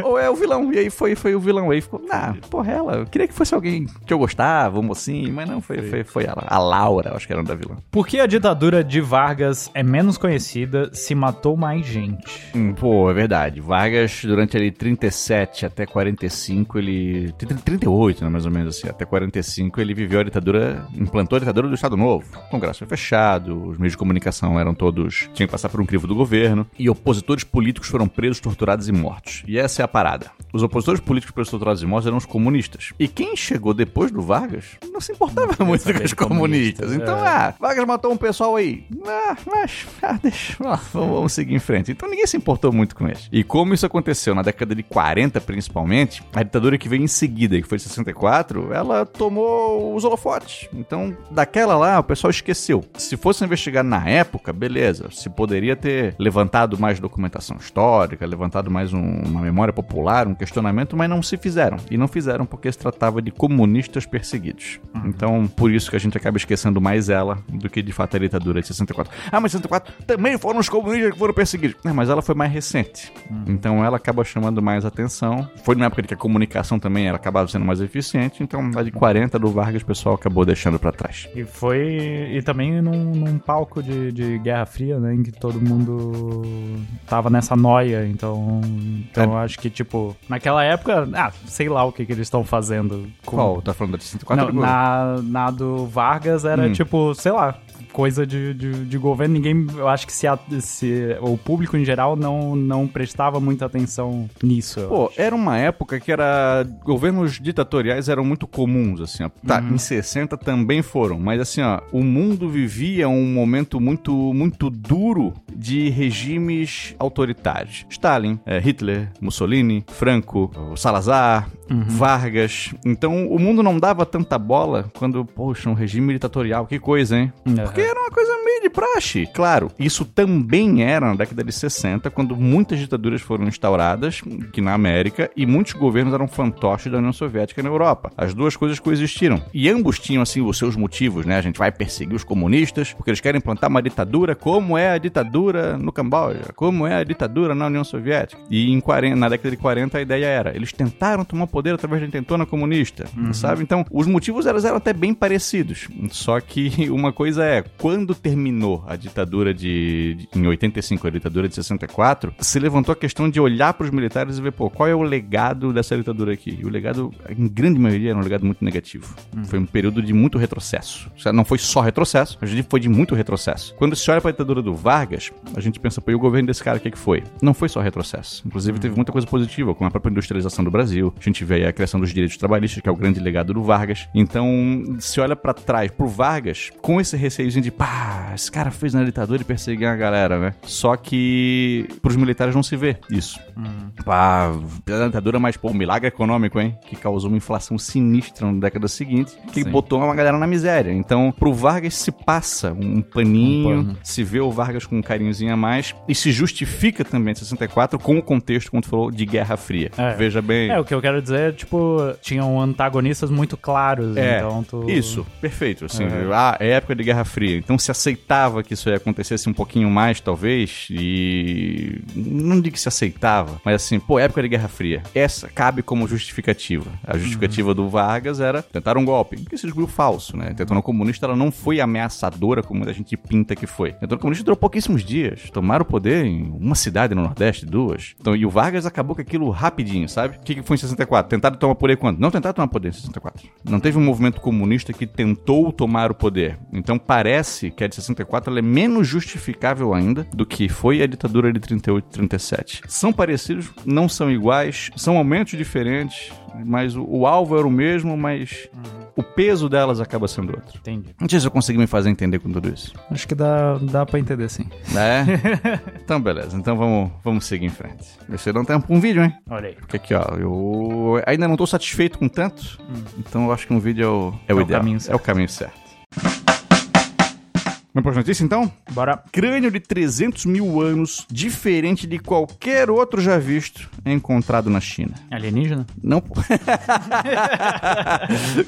Speaker 1: ou é o vilão. E aí foi, foi o vilão. Aí ficou, ah, porra, ela. Eu queria que fosse alguém que eu gostava, um mocinho, mas não, foi, foi, foi ela. A Laura, acho que era o nome da vilã.
Speaker 2: Por que a ditadura de Vargas é menos conhecida se matou mais gente?
Speaker 1: Hum, pô, é verdade. Vargas, durante ali 37 até 45, ele. 30 38, né, mais ou menos assim. Até 45, ele viveu a ditadura. Implantou a ditadura do Estado Novo. O Congresso foi fechado, os meios de comunicação eram todos. tinham que passar por um crivo do governo. E opositores políticos foram presos, torturados e mortos. E essa é a parada. Os opositores políticos presos, torturados e mortos eram os comunistas. E quem chegou depois do Vargas não se importava muito
Speaker 2: saber
Speaker 1: com os
Speaker 2: de
Speaker 1: comunistas.
Speaker 2: comunistas,
Speaker 1: Então,
Speaker 2: é.
Speaker 1: ah, ah, Vargas matou um pessoal aí. Ah, mas, ah, deixa, ah, vamos, vamos seguir em frente. Então ninguém se importou muito com isso. E como isso aconteceu na década de 40, principalmente, a ditadura que veio em seguida, que foi de 64, ela tomou os holofotes. Então, daquela lá, o pessoal esqueceu. Se fosse investigar na época, beleza, se poderia ter levantado mais documentação histórica, levantado mais um- uma memória popular, um questionamento, mas não se fizeram. E não fizeram porque se tratava de comunistas perseguidos.
Speaker 2: Uhum.
Speaker 1: Então, por isso que a gente acaba esquecendo mais ela do que de fato a ditadura de 64. Ah, mas 64 também foram os comunistas que foram perseguidos. É, mas ela foi mais recente.
Speaker 2: Uhum.
Speaker 1: Então ela acaba chamando mais atenção. Foi numa época em que a comunicação também era, acabava sendo mais eficiente. Então, a de 40 do Vargas, o pessoal acabou deixando pra trás.
Speaker 2: E foi. E também num, num palco de, de Guerra Fria, né? Em que todo mundo tava nessa noia. Então. Então
Speaker 1: É.
Speaker 2: eu acho que, tipo, naquela época, ah, sei lá o que, que eles estão fazendo. com-
Speaker 1: Qual? Tá falando da de 64?
Speaker 2: Não, na, na do Vargas era
Speaker 1: Hum.
Speaker 2: tipo, sei lá, coisa de, de, de governo. Ninguém. Eu acho que se, a- se o público em geral não, não prestava muita atenção nisso. eu
Speaker 1: Pô, era uma época que era. Governos ditatoriais eram muito comuns, assim. Ó. Tá, em 60 também foram, mas assim, ó, o mundo vivia um momento muito, muito duro de regimes autoritários. Stalin, eh, Hitler, Mussolini, Franco, o Salazar, Vargas. Então o mundo não dava tanta bola quando, poxa, um regime ditatorial, que coisa, hein?
Speaker 2: Aham.
Speaker 1: Porque era uma coisa meio de praxe. Claro, isso também era na década de 60, quando muitas ditaduras foram instauradas aqui na América e muitos governos eram fantoches da União Soviética na Europa. As duas coisas coexistiram. E ambos tinham, assim, os seus motivos, né? A gente vai perseguir os comunistas porque eles querem implantar uma ditadura, como é a ditadura no Camboja, como é a ditadura na União Soviética. E em 40 na década de 40 a ideia era, eles tentaram tomar o poder poder através da intentona comunista, sabe? Então, os motivos elas eram até bem parecidos. Só que uma coisa é, quando terminou a ditadura de, de- em 85, a ditadura de 64, se levantou a questão de olhar para os militares e ver, pô, qual é o legado dessa ditadura aqui? E o legado, em grande maioria, era um legado muito negativo. Foi um período de muito retrocesso. Isso Não foi só retrocesso, mas foi de muito retrocesso. Quando se olha para a ditadura do Vargas, a gente pensa, pô, e o governo desse cara, o que, que foi? Não foi só retrocesso. Inclusive, teve muita coisa positiva, como a própria industrialização do Brasil. A gente vê aí a criação dos direitos trabalhistas, que é o grande legado do Vargas. Então, se olha pra trás, pro Vargas, com esse receiozinho de pá, esse cara fez na ditadura e perseguiu a galera, né? Só que pros militares não se vê isso. Pá, na ditadura, mas pô, um milagre econômico, hein? Que causou uma inflação sinistra na década seguinte, que
Speaker 2: Sim.
Speaker 1: botou uma galera na miséria. Então, pro Vargas se passa um paninho,
Speaker 2: Um pano.
Speaker 1: se vê o Vargas com um carinhozinho a mais e se justifica também em 64 com o contexto, como tu falou, de Guerra Fria.
Speaker 2: É.
Speaker 1: Veja bem.
Speaker 2: É, o que eu quero dizer, tipo, tinham antagonistas muito claros,
Speaker 1: É,
Speaker 2: então tu...
Speaker 1: Isso, perfeito. Assim, Ah, é época de Guerra Fria. Então se aceitava que isso aí acontecesse um pouquinho mais, talvez. E. Não digo que se aceitava, mas assim, pô, época de Guerra Fria. Essa cabe como justificativa. A justificativa do Vargas era tentar um golpe. Que se descobriu falso, né? A Tentona comunista ela não foi ameaçadora como a gente pinta que foi. A Tentona comunista durou pouquíssimos dias. Tomaram o poder em uma cidade no Nordeste, duas. Então, e o Vargas acabou com aquilo rapidinho, sabe? O que, que foi em 64? Tentaram tomar poder quando? Não tentaram tomar poder em 64. Não teve um movimento comunista que tentou tomar o poder. Então parece que a de 64 ela é menos justificável ainda do que foi a ditadura de 38 e 37. São parecidos, não são iguais, são momentos diferentes, mas o, o alvo era o mesmo, mas o peso delas acaba sendo outro.
Speaker 2: Entendi.
Speaker 1: Não sei se eu consegui me fazer entender com tudo isso.
Speaker 2: Acho que dá, dá pra entender, sim.
Speaker 1: Né? então, beleza. Então vamos, vamos seguir em frente. Você não tem um vídeo, hein?
Speaker 2: Olha aí.
Speaker 1: Porque aqui, ó, eu ainda não tô satisfeito com tanto, então eu acho que um vídeo é o, é o
Speaker 2: É o
Speaker 1: ideal.
Speaker 2: caminho
Speaker 1: é o
Speaker 2: certo.
Speaker 1: caminho certo. Vamos para notícia, então?
Speaker 2: Bora.
Speaker 1: Crânio de 300 mil anos, diferente de qualquer outro já visto, é encontrado na China.
Speaker 2: Alienígena?
Speaker 1: Não, pô.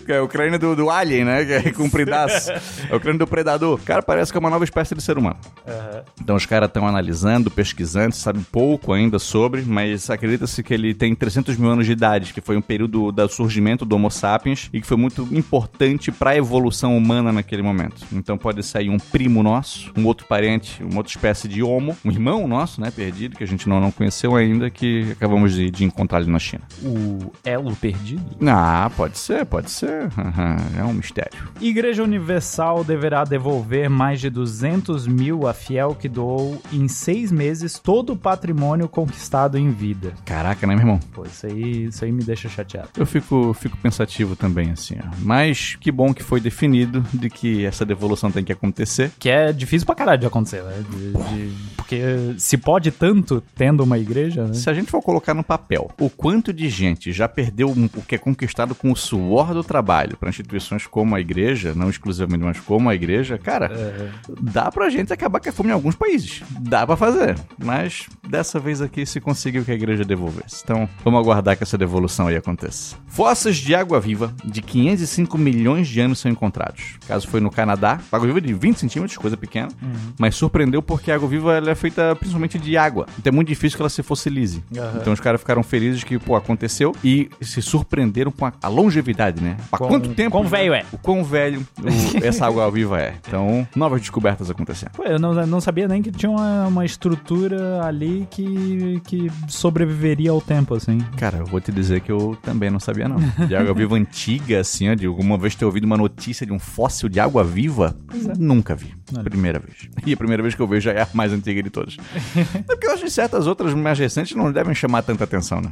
Speaker 1: é o crânio do, do alien, né? Que é compridaço. É o crânio do predador. Cara, parece que é uma nova espécie de ser humano.
Speaker 2: É,
Speaker 1: Então os caras estão analisando, pesquisando, sabem pouco ainda sobre, mas acredita-se que ele tem 300 mil anos de idade, que foi um período do surgimento do Homo sapiens e que foi muito importante para a evolução humana naquele momento. Então pode sair um primo nosso, um outro parente, uma outra espécie de Homo, um irmão nosso, né, perdido, que a gente não, não conheceu ainda, que acabamos de, de encontrar ali na China.
Speaker 2: O elo perdido?
Speaker 1: Ah, pode ser, pode ser. Aham, É um mistério.
Speaker 2: Igreja Universal deverá devolver mais de 200 mil a fiel que doou em seis meses todo o patrimônio conquistado em vida.
Speaker 1: Caraca, né, meu irmão?
Speaker 2: Pô, isso aí, isso aí me deixa chateado.
Speaker 1: Eu fico, fico pensativo também, assim. Ó. Mas que bom que foi definido de que essa devolução tem que acontecer.
Speaker 2: Que é difícil pra caralho de acontecer, né? De- de- porque se pode tanto tendo uma igreja, né?
Speaker 1: Se a gente for colocar no papel o quanto de gente já perdeu um- o que é conquistado com o suor do trabalho para instituições como a igreja, não exclusivamente, mas como a igreja, cara, dá pra gente acabar com a fome em alguns países. Dá pra fazer. Mas dessa vez aqui se conseguiu que a igreja devolvesse. Então vamos aguardar que essa devolução aí aconteça. Fossas de água-viva de 505 milhões de anos são encontrados. O caso foi no Canadá. Água-viva de 20 centímetros, coisa pequena.
Speaker 2: Uhum.
Speaker 1: Mas surpreendeu porque a água-viva ela é feita principalmente de água. Então é muito difícil que ela se fossilize.
Speaker 2: Aham.
Speaker 1: Então os caras ficaram felizes que, pô, aconteceu. E se surpreenderam com a, a longevidade, né? Há
Speaker 2: Quão-
Speaker 1: quanto tempo?
Speaker 2: quão velho é?
Speaker 1: O quão velho o- essa água-viva é. Então, novas descobertas acontecendo.
Speaker 2: Pô, eu não, não sabia nem que tinha uma, uma estrutura ali que, que sobreviveria ao tempo, assim.
Speaker 1: Cara, eu vou te dizer que eu também não sabia, não. De água viva antiga, assim, ó, de alguma vez ter ouvido uma notícia de um fóssil de água viva, nunca vi.
Speaker 2: Olha.
Speaker 1: Primeira vez. E a primeira vez que eu vejo já é a mais antiga de todas. é porque eu acho que certas outras mais recentes não devem chamar tanta atenção, né?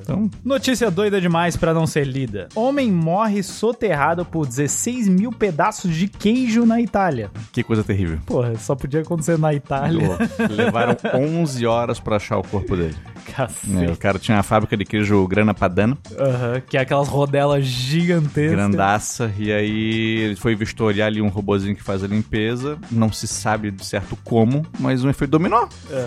Speaker 1: Então,
Speaker 2: Notícia doida demais pra não ser lida. Homem morre soterrado por 16 mil pedaços de queijo na Itália.
Speaker 1: que coisa terrível.
Speaker 2: Porra, só podia acontecer na Itália.
Speaker 1: Levaram 11 horas pra achar o corpo dele. É, o
Speaker 2: Cacete.
Speaker 1: cara tinha uma fábrica de queijo grana padano,
Speaker 2: Aham, que é aquelas rodelas gigantescas.
Speaker 1: grandaça, e aí ele foi vistoriar ali um robozinho que faz a limpeza, causa, não se sabe de certo como, mas um efeito dominó.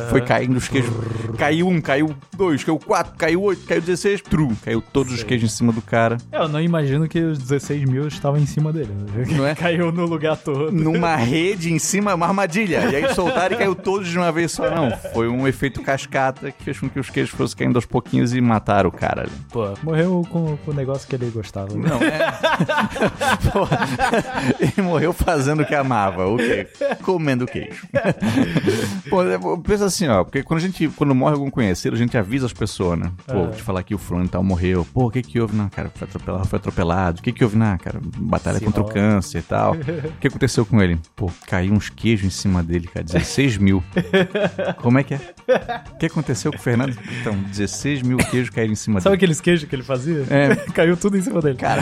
Speaker 1: Foi caindo os queijos. Caiu um, caiu dois, caiu quatro, caiu oito, caiu 16, tru. Caiu todos os
Speaker 2: Sei.
Speaker 1: queijos em cima do cara.
Speaker 2: É, eu não imagino que os 16 mil estavam em cima dele. né?
Speaker 1: Não é?
Speaker 2: Caiu no lugar todo.
Speaker 1: Numa rede em cima, uma armadilha. E aí soltaram e caiu todos de uma vez só. Não, foi um efeito cascata que fez com que os queijos fossem caindo aos pouquinhos e mataram o cara ali.
Speaker 2: Pô, morreu com, com o negócio que ele gostava. né?
Speaker 1: Não, é. Porra. Ele morreu fazendo o que amava, ok. Comendo queijo. Pô, é, pô, pensa assim, ó, porque quando a gente, quando morre algum conhecido, a gente avisa as pessoas, né? Pô, vou te falar que o fulano e tal morreu. Pô, o que que houve? Não, cara, foi atropelado, foi atropelado. O que que houve? Não, cara, batalha
Speaker 2: Se
Speaker 1: contra o
Speaker 2: rola.
Speaker 1: câncer e tal. O que aconteceu com ele? Pô, caiu uns queijos em cima dele, cara, 16 mil. Como é que é? O que aconteceu com o Fernando? Então, 16 mil queijos caíram em cima
Speaker 2: Sabe
Speaker 1: dele.
Speaker 2: aqueles queijos que ele fazia?
Speaker 1: É.
Speaker 2: Caiu tudo em cima dele.
Speaker 1: Cara,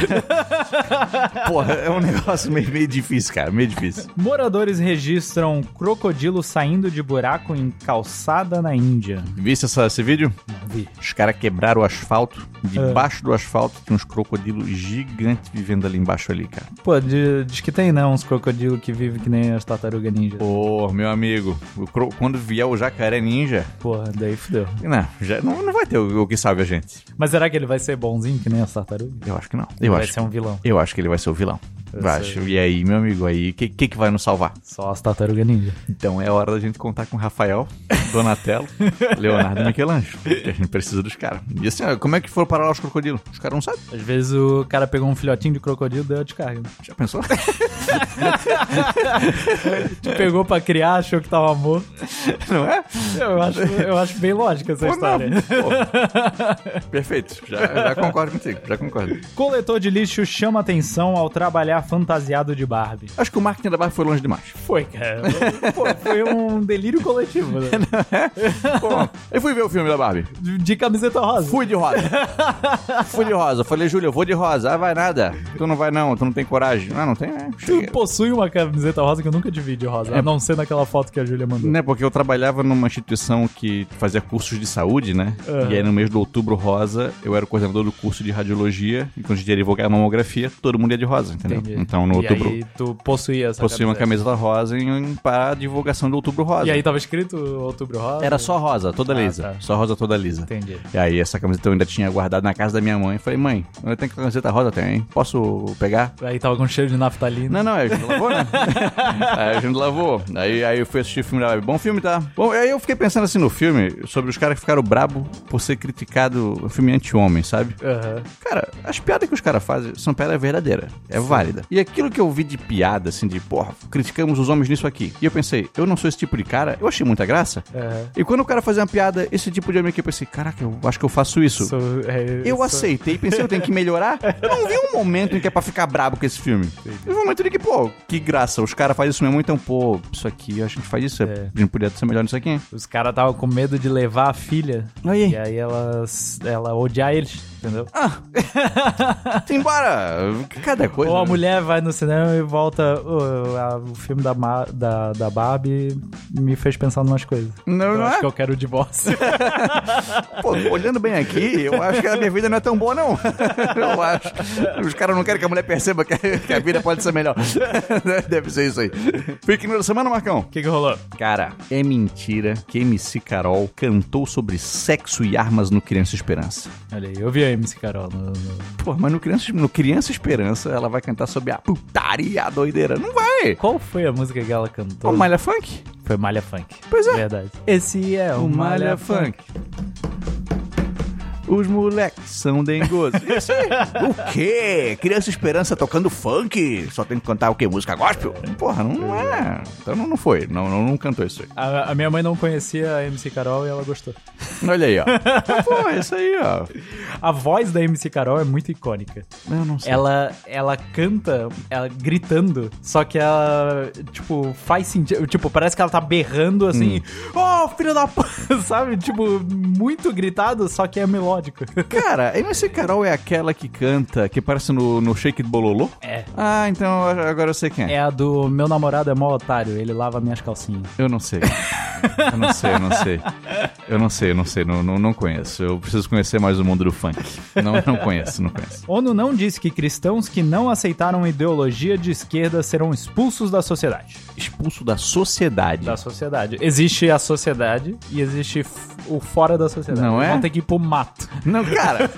Speaker 1: porra, é um negócio meio, meio difícil, cara, meio difícil.
Speaker 2: Moradores registram crocodilo saindo de buraco em calçada na Índia.
Speaker 1: Viste essa- esse vídeo?
Speaker 2: Não vi.
Speaker 1: Os caras quebraram o asfalto, debaixo do asfalto tem uns crocodilos gigantes vivendo ali embaixo ali, cara.
Speaker 2: Pô, de- diz que tem, né? Uns crocodilos que vivem que nem as tartarugas ninja.
Speaker 1: Pô, meu amigo, o cro- quando vier o jacaré ninja,
Speaker 2: Porra, daí fudeu.
Speaker 1: não, já, não, não vai ter o, o que salve a gente.
Speaker 2: Mas será que ele vai ser bonzinho que nem as tartarugas?
Speaker 1: Eu acho que não. Eu
Speaker 2: vai
Speaker 1: acho.
Speaker 2: ser um vilão.
Speaker 1: Eu acho que ele vai ser o vilão.
Speaker 2: Eu
Speaker 1: Eu acho. E aí, meu amigo, aí, o que, que que vai nos salvar?
Speaker 2: Só as tartarugas ninja.
Speaker 1: Então é hora da gente contar com Rafael, Donatello, Leonardo e Michelangelo. Que a gente precisa dos caras. E assim, ó, como é que foram parar lá os crocodilos? Os caras não sabem.
Speaker 2: Às vezes o cara pegou um filhotinho de crocodilo e deu de carga.
Speaker 1: Já pensou?
Speaker 2: Te pegou pra criar, achou que tava morto.
Speaker 1: Não é?
Speaker 2: Eu acho, eu acho bem lógica essa
Speaker 1: Pô, não.
Speaker 2: história.
Speaker 1: Pô. Perfeito. Já, já concordo contigo. Já concordo.
Speaker 2: Coletor de lixo chama atenção ao trabalhar fantasiado de Barbie.
Speaker 1: Acho que o marketing da Barra foi longe demais.
Speaker 2: Foi, cara. Pô, foi um delírio coletivo. Né?
Speaker 1: Bom, eu fui ver o filme da Barbie.
Speaker 2: De- De camiseta rosa.
Speaker 1: Fui de rosa. Fui de rosa. Falei, Júlio, eu vou de rosa. Ah, vai nada. Tu não vai não. Tu não tem coragem. Ah, não tem? É,
Speaker 2: Tu
Speaker 1: chega.
Speaker 2: possui uma camiseta rosa que eu nunca dividi rosa, a não ser naquela foto que a Júlia mandou.
Speaker 1: É. Né, porque eu trabalhava numa instituição que fazia cursos de saúde, né? E aí no mês do outubro rosa, eu era o coordenador do curso de radiologia, e quando a gente ia divulgar a mamografia, todo mundo ia de rosa, entendeu?
Speaker 2: Entendi.
Speaker 1: Então no
Speaker 2: e
Speaker 1: outubro
Speaker 2: aí tu possuía essa
Speaker 1: possuía uma
Speaker 2: camiseta.
Speaker 1: camiseta rosa em, para a divulgação do outubro rosa.
Speaker 2: E aí tava escrito outubro rosa.
Speaker 1: Era só rosa, toda
Speaker 2: Ah,
Speaker 1: lisa.
Speaker 2: tá.
Speaker 1: Só rosa, toda lisa.
Speaker 2: Entendi.
Speaker 1: E aí essa camiseta eu ainda tinha guardado na casa da minha mãe. Falei, mãe, eu tenho camiseta rosa, tem, hein? Posso pegar?
Speaker 2: Aí tava com cheiro de naftalina.
Speaker 1: Não, não, a gente lavou, né? aí a gente lavou. Aí, aí eu fui assistir o filme da Barbie. Bom filme, tá? Bom, aí eu fiquei pensando assim no filme, sobre os caras que ficaram brabo por ser criticado, um filme anti-homem, sabe?
Speaker 2: Aham.
Speaker 1: Cara, as piadas que os caras fazem são piada verdadeira, é válida. E aquilo que eu vi de piada, assim, de porra, criticamos os homens nisso aqui. E eu pensei, eu não sou esse tipo de cara, eu achei muita graça.
Speaker 2: Aham.
Speaker 1: E quando o cara fazia uma piada, esse tipo de homem aqui, eu pensei, caraca, eu acho que eu faço isso.
Speaker 2: Sou- é,
Speaker 1: Eu
Speaker 2: sou-
Speaker 1: aceitei, pensei, eu tenho que melhorar. Eu não vi um momento em que é pra ficar brabo com esse filme. Um momento de que, pô, que graça, os caras fazem isso mesmo, então, pô, isso aqui, a gente faz isso,
Speaker 2: É.
Speaker 1: a gente podia ser melhor nisso aqui.
Speaker 2: Os caras tava com medo de levar a filha.
Speaker 1: Aí. Ah,
Speaker 2: E aí ela, ela odiar eles, entendeu?
Speaker 1: Embora, cada coisa.
Speaker 2: Ou a
Speaker 1: né?
Speaker 2: mulher vai no cinema e volta. "Ô, a- o filme da, Ma- da, da Barbie me fez pensar em umas coisas.
Speaker 1: Não,
Speaker 2: Eu
Speaker 1: não
Speaker 2: acho
Speaker 1: é?
Speaker 2: que eu quero o divórcio.
Speaker 1: Pô, olhando bem aqui, eu acho que a minha vida não é tão boa, não. Eu acho. Os caras não querem que a mulher perceba que que a vida pode ser melhor. Deve ser isso aí. Fique na semana, Marcão.
Speaker 2: O que, que rolou?
Speaker 1: Cara, é mentira que MC Carol cantou sobre sexo e armas no Criança Esperança.
Speaker 2: Olha aí, eu vi a MC Carol. No, no-
Speaker 1: Pô, mas no Criança, no Criança Esperança ela vai cantar sobre a putaria a doideira. Não vai!
Speaker 2: Qual foi a música que ela cantou?
Speaker 1: Ô, Malha Funk?
Speaker 2: Foi Malha Funk.
Speaker 1: Pois é.
Speaker 2: Verdade. Esse é o, Malha, Funk.
Speaker 1: Os moleques são dengosos. Isso aí. O quê? Criança Esperança tocando funk? Só tem que cantar o quê? Música gospel? Porra, não é. Então não foi. Não, não, não cantou isso aí.
Speaker 2: A, a minha mãe não conhecia a MC Carol e ela gostou.
Speaker 1: Olha aí, ó. Pô, isso aí, ó.
Speaker 2: A voz da MC Carol é muito icônica.
Speaker 1: Eu não sei.
Speaker 2: Ela, ela canta, ela gritando, só que ela, tipo, faz sentido. Tipo, parece que ela tá berrando assim, oh, filho da p. Sabe? Tipo, muito gritado, só que é melódico.
Speaker 1: Cara, a MC Carol é aquela que canta, que parece no, no Shake It Bololô?
Speaker 2: É.
Speaker 1: Ah, então agora eu sei quem é.
Speaker 2: É a do meu namorado é mó otário, ele lava minhas calcinhas.
Speaker 1: Eu não sei. Eu não sei, eu não sei. Eu não sei, não sei, não, não, não conheço. Eu preciso conhecer mais o mundo do funk. Não, não conheço, não conheço.
Speaker 2: ONU não disse que cristãos que não aceitaram ideologia de esquerda serão expulsos da sociedade.
Speaker 1: Expulso da sociedade.
Speaker 2: Da sociedade. Existe a sociedade e existe f- o fora da sociedade.
Speaker 1: Não é?
Speaker 2: Vão ter que ir pro mato.
Speaker 1: Não, cara.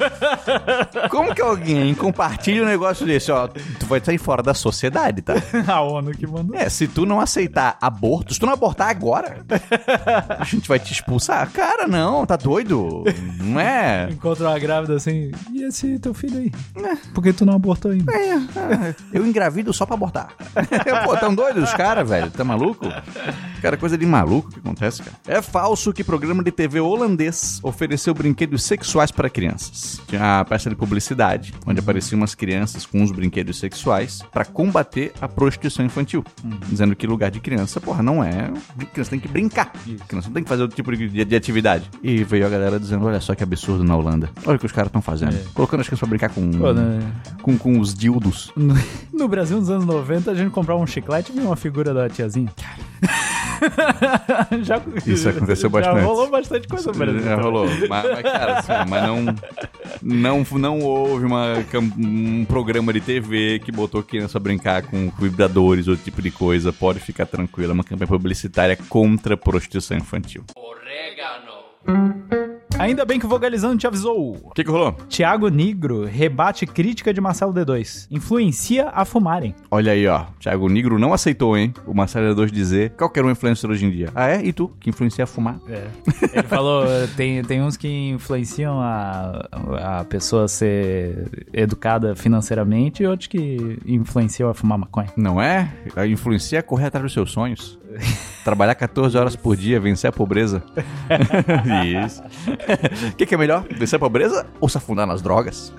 Speaker 1: Como que alguém compartilha um negócio desse? Ó, tu vai sair fora da sociedade, tá?
Speaker 2: a ONU que mandou.
Speaker 1: É, se tu não aceitar aborto, se tu não abortar agora, a gente vai te expulsar. Cara, não, tá doido? Não é?
Speaker 2: Encontra uma grávida assim, e esse teu filho aí? Por que tu não abortou ainda?
Speaker 1: É, ah, Eu engravido só pra abortar. Pô, tão doidos os caras, velho. Tá maluco? Cara, coisa de maluco que acontece, cara. É falso que programa de TV holandês ofereceu brinquedos sexuais para crianças. Tinha a peça de publicidade, onde apareciam umas crianças com uns brinquedos sexuais pra combater a prostituição infantil. Dizendo que lugar de criança, porra, não é. Criança tem que brincar. Criança não tem que fazer outro tipo de, de atividade. E veio a galera dizendo: olha só que absurdo na Holanda. Olha o que os caras estão fazendo. Colocando as crianças pra brincar com.
Speaker 2: Pô, né?
Speaker 1: Com, com os dildos.
Speaker 2: No- É. No Brasil, nos anos 90, a gente comprava um chiclete e vinha uma figura da tiazinha. já,
Speaker 1: Isso aconteceu
Speaker 2: Já
Speaker 1: bastante.
Speaker 2: rolou bastante coisa no Brasil.
Speaker 1: Já
Speaker 2: também.
Speaker 1: É, rolou. Mas, mas, cara, assim, mas não, não, não houve uma cam- um programa de TV que botou criança a brincar com vibradores, outro tipo de coisa. Pode ficar tranquila. É uma campanha publicitária contra a prostituição infantil.
Speaker 2: Ainda bem que o Vogalizando te avisou.
Speaker 1: O que, que rolou?
Speaker 2: Tiago Nigro rebate crítica de Marcelo D2. Influencia a fumarem.
Speaker 1: Olha aí, ó. Thiago Negro não aceitou, hein? O Marcelo 2 dizer qualquer um influencer hoje em dia. Ah, é? E tu? Que influencia a fumar?
Speaker 2: É. Ele falou, tem, tem uns que influenciam a, a pessoa a ser educada financeiramente e outros que influenciam a fumar maconha.
Speaker 1: Não é? Influencia a correr atrás dos seus sonhos. Trabalhar 14 horas por dia, vencer a pobreza. Isso. O que, que é melhor? Vencer a pobreza ou se afundar nas drogas?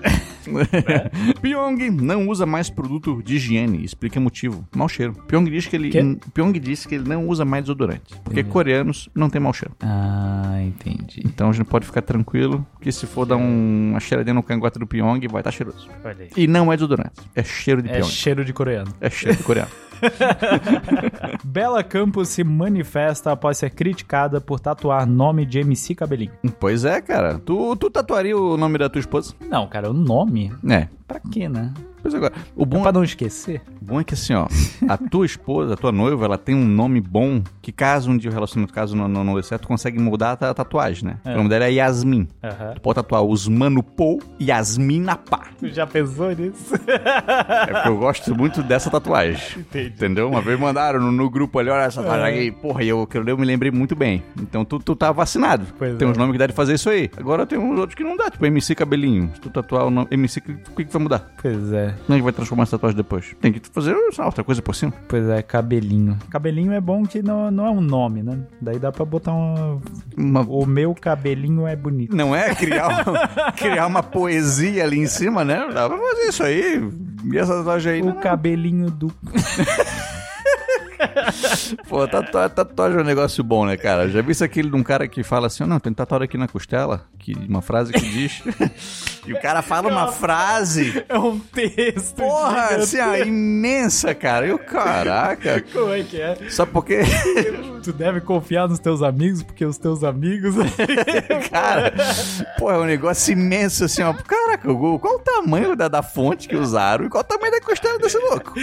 Speaker 1: Pyong não usa mais produto de higiene. Explica o motivo. Mau cheiro. Pyong diz que ele,
Speaker 2: Quê?
Speaker 1: Pyong disse que ele não usa mais desodorante. Porque coreanos não tem mau cheiro.
Speaker 2: Ah, entendi.
Speaker 1: Então a gente pode ficar tranquilo que se for dar um- uma cheiradinha no cangote do Pyong, vai estar cheiroso.
Speaker 2: Olha aí.
Speaker 1: E não é desodorante. É cheiro de
Speaker 2: É
Speaker 1: Pyong.
Speaker 2: cheiro de coreano.
Speaker 1: É cheiro de coreano.
Speaker 2: Bela Campos se manifesta após ser criticada por tatuar nome de MC Cabelinho.
Speaker 1: Pois é, cara. Tu, tu tatuaria o nome da tua esposa?
Speaker 2: Não, cara, o nome?
Speaker 1: É.
Speaker 2: Pra quê, né?
Speaker 1: Pois agora, o
Speaker 2: É
Speaker 1: bom,
Speaker 2: pra não esquecer?
Speaker 1: o bom é que assim, ó, a tua esposa, a tua noiva, ela tem um nome bom que caso um dia o relacionamento, caso não, não, não dê certo, consegue mudar a ta- a tatuagem, né? O nome dela é Yasmin.
Speaker 2: Aham.
Speaker 1: Tu pode tatuar Osmano Pou Yasmin Napá.
Speaker 2: Tu já pensou nisso?
Speaker 1: É porque eu gosto muito dessa tatuagem. Entendeu? Uma vez mandaram no, no grupo ali, olha
Speaker 2: É.
Speaker 1: essa tatuagem aí. Porra, e eu, que eu eu me lembrei muito bem. Então tu, tu tá vacinado.
Speaker 2: Pois
Speaker 1: tem
Speaker 2: é.
Speaker 1: uns nomes que dá de fazer isso aí. Agora tem uns outros que não dá, tipo MC Cabelinho. Se tu tatuar o nome MC, o que, que vai mudar?
Speaker 2: Pois é,
Speaker 1: Como é que vai transformar essa tatuagem depois? Tem que fazer sei lá, outra coisa por cima.
Speaker 2: pois é, cabelinho. Cabelinho é bom que não, não é um nome, né? Daí dá pra botar uma.
Speaker 1: Uma-
Speaker 2: O meu cabelinho é bonito.
Speaker 1: Não é criar, uma- criar uma poesia ali em cima, né? Dá pra fazer isso aí. E essa tatuagem aí.
Speaker 2: O
Speaker 1: não,
Speaker 2: cabelinho do.
Speaker 1: Pô, tatua- tatuagem é um negócio bom, né, cara? Já vi isso aquele de um cara que fala assim, "Oh, não, tem tatuagem aqui na costela, que, uma frase que diz. e o cara fala uma frase,
Speaker 2: É um texto.
Speaker 1: porra, assim, ó, imensa, cara. E o caraca.
Speaker 2: Como é que é?
Speaker 1: Só porque,
Speaker 2: Tu deve confiar nos teus amigos, porque os teus amigos.
Speaker 1: cara, porra, é um negócio imenso, assim, ó. Caraca, o- qual o tamanho da, da fonte que usaram e qual o tamanho da costela desse louco?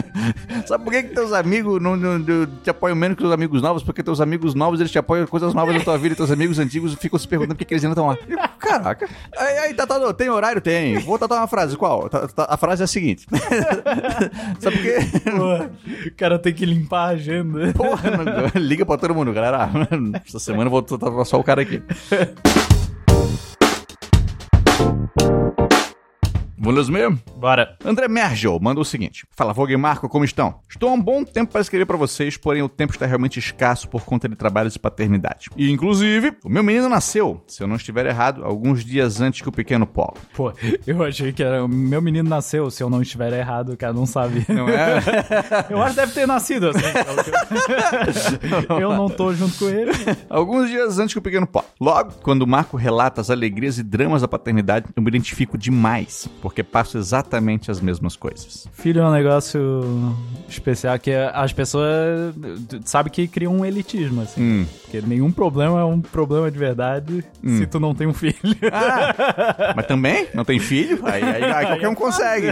Speaker 1: Sabe por que, que teus amigos não, não- não te apoiam menos que os amigos novos? Porque teus amigos novos, eles te apoiam em coisas novas da tua vida e teus amigos antigos ficam se perguntando por que, que eles ainda estão lá. Eu, Caraca. Aí, aí tatuador, tem horário? Tem. Vou tatuar uma frase. Qual? Ta- ta- A frase é a seguinte. Sabe por quê?
Speaker 2: Porra, o cara tem que limpar a agenda.
Speaker 1: Porra, não- liga pra todo mundo, galera. Ah, Essa semana eu vou tatuar só o cara aqui. Vamos mesmo?
Speaker 2: Bora.
Speaker 1: André Mergel manda o seguinte: Fala, Vogue e Marco, como estão? Estou há um bom tempo para escrever para vocês, porém o tempo está realmente escasso por conta de trabalhos e paternidade. E, inclusive, o meu menino nasceu, se eu não estiver errado, alguns dias antes que o pequeno Paulo.
Speaker 2: Pô, eu achei que era. Meu menino nasceu, se eu não estiver errado, o cara não sabe.
Speaker 1: Não é?
Speaker 2: Eu acho que deve ter nascido assim. pelo que Eu eu não tô junto com ele. né?
Speaker 1: Alguns dias antes que o pequeno Paulo. Logo, quando o Marco relata as alegrias e dramas da paternidade, eu me identifico demais, porque porque passo exatamente as mesmas coisas.
Speaker 2: Filho é um negócio especial que é, as pessoas sabe que cria um elitismo, assim.
Speaker 1: Hum.
Speaker 2: Porque nenhum problema é um problema de verdade se tu não tem um filho.
Speaker 1: Ah, mas também não tem filho? Aí, aí- aí qualquer um consegue.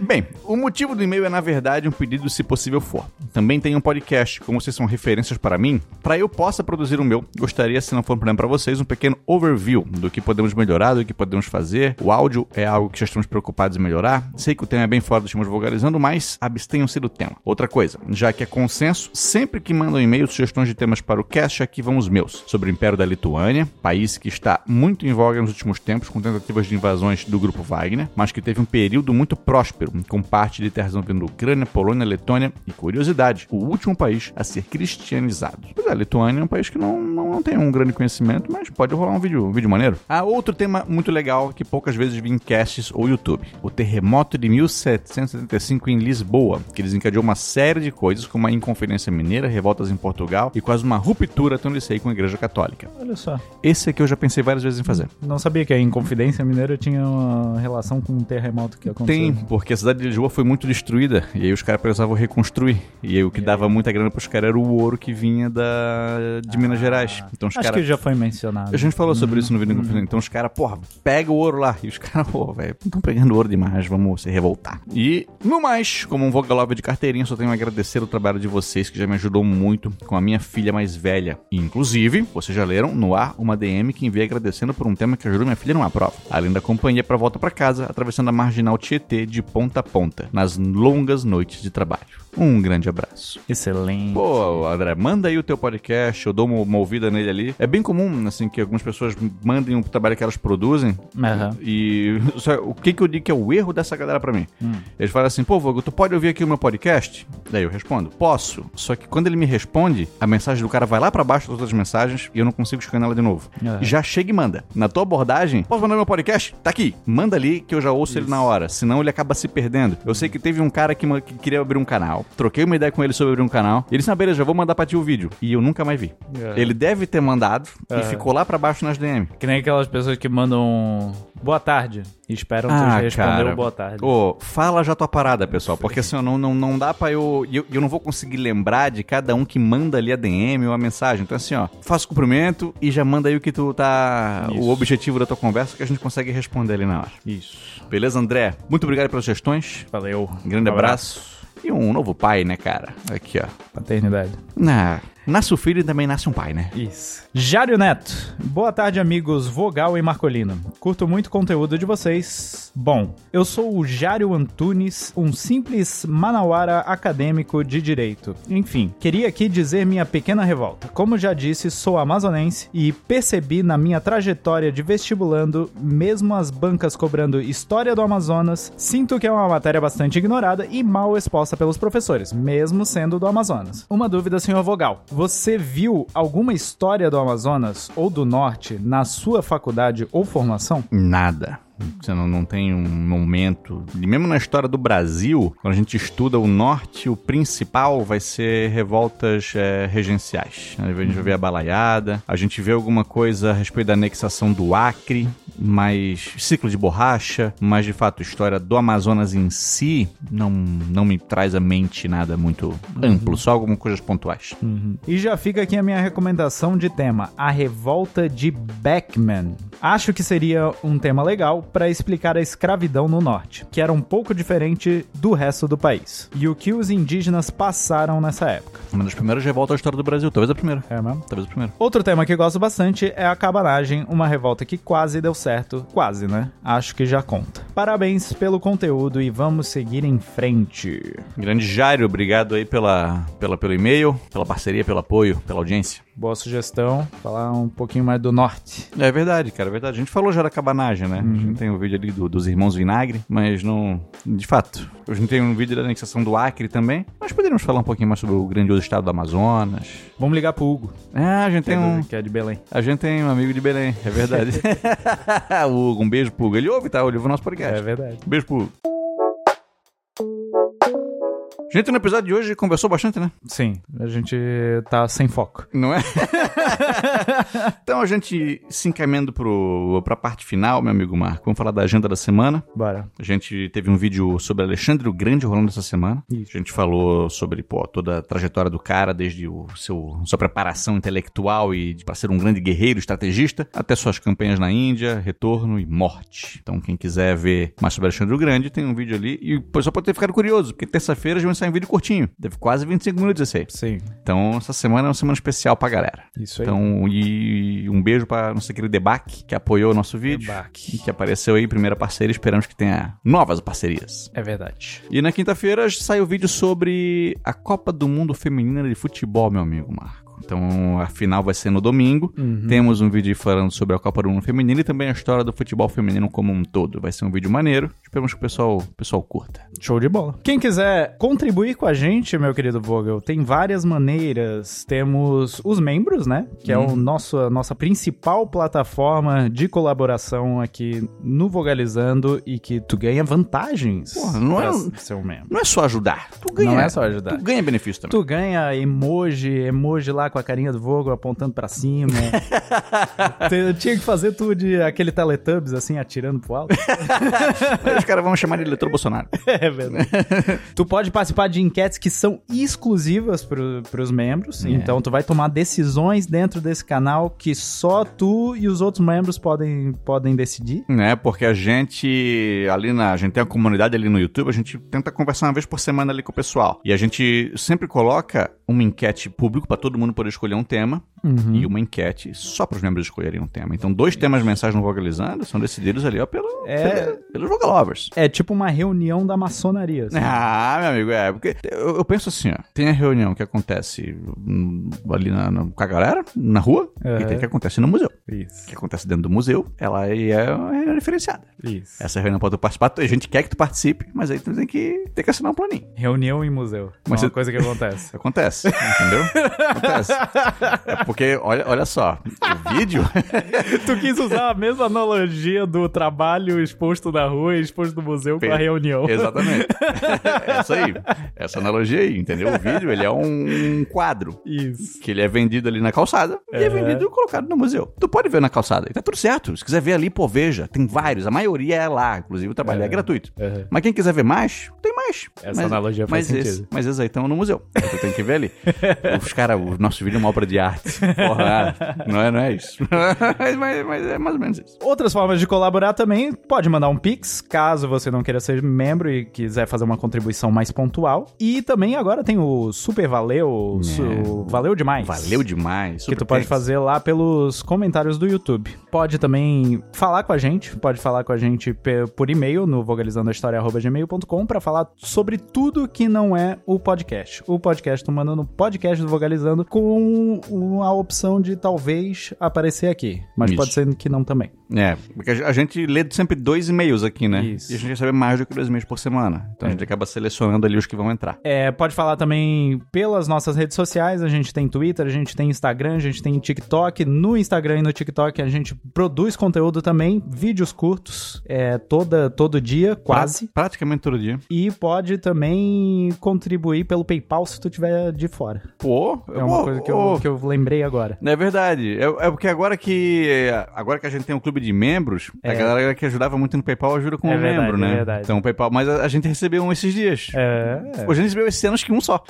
Speaker 1: Bem, o motivo do e-mail é, na verdade, um pedido, se possível for. Também tem um podcast, como vocês são referências para mim, para eu possa produzir o meu, gostaria, se não for um problema para vocês, um pequeno overview do que podemos melhorar, do que podemos fazer. O áudio é algo que já estamos preocupados em melhorar. Sei que o tema é bem fora do estamos vocalizando, mas abstenham-se do tema. Outra coisa, já que é consenso, sempre que mandam e-mail, sugestões de temas para o cast, aqui vão os meus. Sobre o Império da Lituânia, país que está muito em voga nos últimos tempos com tentativas de invasões do grupo Wagner, mas que teve um período muito próspero, com parte de terras vindo da Ucrânia, Polônia, Letônia e, curiosidade, o último país a ser cristianizado. Pois é, a Lituânia é um país que não, não, não tem um grande conhecimento, mas pode rolar um vídeo, um vídeo maneiro. Ah, outro tema muito legal que poucas vezes vi em casts ou YouTube. O terremoto de 1775 em Lisboa, que desencadeou uma série de coisas, como a Inconferência Mineira, revoltas em Portugal e quase uma ruptura tão licei com a Igreja Católica.
Speaker 2: Olha só.
Speaker 1: Esse aqui eu já pensei várias vezes em fazer.
Speaker 2: Não sabia que a Inconfidência Mineira tinha uma relação com um terremoto que aconteceu.
Speaker 1: Tem, porque a cidade de Lisboa foi muito destruída. E aí os caras precisavam reconstruir. E aí o que dava muita grana pros caras era o ouro que vinha da, de Minas Gerais. Então os
Speaker 2: Ah, Acho que
Speaker 1: caras.
Speaker 2: já foi mencionado.
Speaker 1: A gente falou sobre isso no vídeo. Então os caras, porra, pega o ouro lá. E os caras, pô, velho, estão pegando ouro demais, vamos se revoltar. E, no mais, como um vogalove de carteirinha, só tenho a agradecer o trabalho de vocês, que já me ajudou muito com a minha filha mais velha. Inclusive, vocês já leram no ar uma DM que enviei agradecendo por um tema que ajudou minha filha numa prova. Além da companhia pra volta pra casa, atravessando a marginal Tietê de ponta a ponta, nas longas noites de trabalho. Um grande abraço.
Speaker 2: Excelente.
Speaker 1: Pô, André, manda aí o teu podcast, eu dou uma, uma ouvida nele ali. É bem comum, assim, que algumas pessoas mandem o trabalho que elas produzem.
Speaker 2: Aham.
Speaker 1: E só- o que, que eu digo que é o erro dessa galera pra mim?
Speaker 2: Hum.
Speaker 1: Eles falam assim, pô, Vogo, tu pode ouvir aqui o meu podcast? Daí eu respondo, posso. Só que quando ele me responde, a mensagem do cara vai lá pra baixo das outras mensagens e eu não consigo escanear ela de novo.
Speaker 2: É.
Speaker 1: Já chega e manda. Na tua abordagem, posso mandar meu podcast? Tá aqui. Manda ali que eu já ouço ele na hora. Senão ele acaba se perdendo. Eu sei que teve um cara que, ma- que queria abrir um canal. Troquei uma ideia com ele sobre abrir um canal. Ele disse, na beleza, já vou mandar pra ti o vídeo. E eu nunca mais vi.
Speaker 2: É.
Speaker 1: Ele deve ter mandado e
Speaker 2: É.
Speaker 1: ficou lá pra baixo nas DM.
Speaker 2: Que nem aquelas pessoas que mandam boa tarde e esperam
Speaker 1: Ah,
Speaker 2: Então tu responder
Speaker 1: cara.
Speaker 2: o boa tarde.
Speaker 1: Ô, fala já tua parada, pessoal, porque assim, ó, não, não, não dá pra eu, eu... Eu não vou conseguir lembrar de cada um que manda ali a DM ou a mensagem. Então assim, ó, faça o cumprimento e já manda aí o que tu tá...
Speaker 2: Isso.
Speaker 1: O objetivo da tua conversa que a gente consegue responder ali na hora.
Speaker 2: Isso.
Speaker 1: Beleza, André? Muito obrigado pelas sugestões.
Speaker 2: Valeu.
Speaker 1: Um grande
Speaker 2: Um
Speaker 1: abraço. E um novo pai, né, cara? Aqui, ó.
Speaker 2: Paternidade.
Speaker 1: Na... Nasce o filho e também nasce um pai, né?
Speaker 2: Isso. Jário Neto. Boa tarde, amigos Vogal e Marcolino. Curto muito o conteúdo de vocês. Bom, eu sou o Jário Antunes, um simples manauara acadêmico de direito. Enfim, queria aqui dizer minha pequena revolta. Como já disse, sou amazonense e percebi na minha trajetória de vestibulando, mesmo as bancas cobrando História do Amazonas, sinto que é uma matéria bastante ignorada e mal exposta pelos professores, mesmo sendo do Amazonas. Uma dúvida, senhor Vogal. Você viu alguma história do Amazonas ou do Norte na sua faculdade ou formação?
Speaker 1: Nada. Você não, não tem um momento. E mesmo na história do Brasil, quando a gente estuda o norte, o principal vai ser revoltas eh, regenciais. A gente vê a balaiada, a gente vê alguma coisa a respeito da anexação do Acre, mas ciclo de borracha, mas de fato, a história do Amazonas em si não, não me traz à mente nada muito amplo, só algumas coisas pontuais.
Speaker 2: E já fica aqui a minha recomendação de tema: A Revolta de Beckman. Acho que seria um tema legal para explicar a escravidão no norte, que era um pouco diferente do resto do país, e o que os indígenas passaram nessa época.
Speaker 1: Uma das primeiras revoltas da história do Brasil, talvez a primeira.
Speaker 2: É mesmo?
Speaker 1: Talvez a primeira.
Speaker 2: Outro tema que eu gosto bastante é a cabanagem, uma revolta que quase deu certo, quase, né? Acho que já conta. Parabéns pelo conteúdo e vamos seguir em frente.
Speaker 1: Grande Jairo, obrigado aí pela, pela, pelo e-mail, pela parceria, pelo apoio, pela audiência.
Speaker 2: Boa sugestão, falar um pouquinho mais do norte.
Speaker 1: É verdade, cara, é verdade. A gente falou já da cabanagem, né? A gente tem o vídeo ali do- dos irmãos Vinagre, mas não. De fato. A gente tem um vídeo da anexação do Acre também. Mas poderíamos falar um pouquinho mais sobre o grandioso estado do Amazonas.
Speaker 2: Vamos ligar pro Hugo,
Speaker 1: É, a gente
Speaker 2: que, é
Speaker 1: tem
Speaker 2: do-
Speaker 1: um.
Speaker 2: que é de Belém.
Speaker 1: A gente tem um amigo de Belém, é verdade. o Hugo, um beijo pro É.
Speaker 2: É
Speaker 1: Hugo. Ele ouve, tá? Ele ouve o nosso podcast.
Speaker 2: verdade.
Speaker 1: Beijo pro. Gente, no episódio de hoje conversou bastante, né?
Speaker 2: Sim, a gente tá sem foco.
Speaker 1: Não é? então a gente se encaminhando pro, pra parte final, meu amigo Marco. Vamos falar da agenda da semana.
Speaker 2: Bora.
Speaker 1: A gente teve um vídeo sobre Alexandre o Grande rolando essa semana.
Speaker 2: Isso.
Speaker 1: A gente falou sobre pô, toda a trajetória do cara, desde o seu, sua preparação intelectual e para ser um grande guerreiro, estrategista, até suas campanhas na Índia, retorno e morte. Então, quem quiser ver mais sobre Alexandre o Grande, tem um vídeo ali. E o pessoal pode ter ficado curioso, porque terça-feira já vai sair um vídeo curtinho. Teve quase 25 minutos esse aí.
Speaker 2: Sim,
Speaker 1: Então, essa semana é uma semana especial pra galera.
Speaker 2: isso aí.
Speaker 1: Então, e um beijo pra nossa querida Debac, que apoiou o nosso vídeo.
Speaker 2: Debac.
Speaker 1: E que apareceu aí, primeira parceira. Esperamos que tenha novas parcerias.
Speaker 2: É verdade.
Speaker 1: E na quinta-feira sai o vídeo sobre a Copa do Mundo Feminina de Futebol, meu amigo Marco. Então a final vai ser no domingo.
Speaker 2: Uhum.
Speaker 1: Temos um vídeo falando sobre a Copa do Mundo Feminina e também a história do futebol feminino como um todo. Vai ser um vídeo maneiro. Esperamos que o pessoal, o pessoal curta.
Speaker 2: Show de bola. Quem quiser contribuir com a gente, meu querido Vogel, tem várias maneiras. Temos os membros, né? Que é o nosso, a nossa principal plataforma de colaboração aqui no Vogalizando e que tu ganha vantagens
Speaker 1: Porra, não
Speaker 2: pra
Speaker 1: é-
Speaker 2: ser um membro.
Speaker 1: Não é só ajudar. Tu ganha.
Speaker 2: Não é só ajudar.
Speaker 1: Tu ganha benefício também.
Speaker 2: Tu ganha emoji, emoji lá com a carinha do Vogel apontando pra cima. Eu tinha que fazer tudo de aquele Teletubbies assim, atirando pro alto.
Speaker 1: Aí Os caras vão chamar de eleitor Bolsonaro.
Speaker 2: É verdade. tu pode participar de enquetes que são exclusivas pro, pros membros. Então tu vai tomar decisões dentro desse canal que só tu e os outros membros podem, podem decidir.
Speaker 1: Né, porque a gente ali na, a gente tem a comunidade ali no YouTube, a gente tenta conversar uma vez por semana ali com o pessoal. E a gente sempre coloca uma enquete público para todo mundo poder escolher um tema
Speaker 2: Uhum.
Speaker 1: e uma enquete só para os membros escolherem um tema. Então, dois temas mensais no Vogalizando são decididos ali ó, pelo,
Speaker 2: É.
Speaker 1: pelo- pelos Vogalovers.
Speaker 2: É tipo uma reunião da maçonaria. assim.
Speaker 1: Ah, meu amigo, é, porque eu, eu penso assim, ó, tem a reunião que acontece hum, ali na, na- com a galera, na rua, e
Speaker 2: Aham.
Speaker 1: tem a que acontece no museu. O
Speaker 2: Isso.
Speaker 1: que acontece dentro do museu, ela aí é uma reunião diferenciada.
Speaker 2: Isso.
Speaker 1: Essa reunião pode tu participar, tu- a gente quer que tu participe, mas aí tu tem que, tem que assinar um planinho.
Speaker 2: Reunião em museu.
Speaker 1: Mas
Speaker 2: é uma
Speaker 1: você-
Speaker 2: coisa que acontece.
Speaker 1: Isso acontece, entendeu? Acontece. É porque, olha, olha só, o vídeo.
Speaker 2: tu quis usar a mesma analogia do trabalho exposto na rua e exposto no museu
Speaker 1: Pe-
Speaker 2: reunião.
Speaker 1: Exatamente. Essa aí. Essa analogia aí, entendeu? O vídeo, ele é um quadro.
Speaker 2: Isso.
Speaker 1: Que ele é vendido ali na calçada e é vendido colocado no museu. Tu pode ver na calçada. E tá tudo certo. Se quiser ver ali, pô, veja. Tem vários. A maioria é lá. Inclusive, o trabalho é,
Speaker 2: É.
Speaker 1: gratuito.
Speaker 2: Uhum.
Speaker 1: Mas quem quiser ver mais, tem mais.
Speaker 2: Essa
Speaker 1: mas,
Speaker 2: analogia
Speaker 1: mas
Speaker 2: faz sentido.
Speaker 1: Esse, mas esses aí estão no museu. Aí Tu tem que ver ali. Os caras, o nosso vídeo é uma obra de arte. Porra, não é, não é isso. mas, mas- mas é mais ou menos isso.
Speaker 2: Outras formas de colaborar também, pode mandar um Pix, caso você não queira ser membro e quiser fazer uma contribuição mais pontual. E também agora tem o Super Valeu, su- Valeu Demais.
Speaker 1: Valeu demais.
Speaker 2: Que tu pode fazer lá pelos comentários do YouTube. Pode também falar com a gente, pode falar com a gente pe- por e-mail no vogalizandohistoria.gmail.com pra falar sobre tudo que não é o podcast. O podcast, tu manda no podcast do Vogalizando com um- a opção de talvez aparecer aqui. Mas
Speaker 1: Isso.
Speaker 2: pode ser que não também.
Speaker 1: É, porque a gente lê sempre dois e-mails aqui, né?
Speaker 2: Isso.
Speaker 1: E a gente recebe mais do que dois e-mails por semana. Então a gente acaba selecionando ali os que vão entrar.
Speaker 2: É, pode falar também pelas nossas redes sociais. A gente tem Twitter, a gente tem Instagram, a gente tem TikTok. No Instagram e no TikTok a gente produz conteúdo também, vídeos curtos, é, toda, todo dia, quase.
Speaker 1: Pra- praticamente todo dia.
Speaker 2: E pode também contribuir pelo PayPal se tu tiver de fora.
Speaker 1: Pô,
Speaker 2: É uma
Speaker 1: pô,
Speaker 2: coisa que
Speaker 1: pô.
Speaker 2: eu, que eu lembrei agora.
Speaker 1: É verdade. É, é porque agora que agora que a gente tem um clube de membros, a galera que ajudava muito no PayPal ajuda como
Speaker 2: É verdade,
Speaker 1: membro, né?
Speaker 2: é verdade.
Speaker 1: Então o PayPal, mas a, a gente recebeu um esses dias.
Speaker 2: É,
Speaker 1: Hoje a gente recebeu esses anos que um só.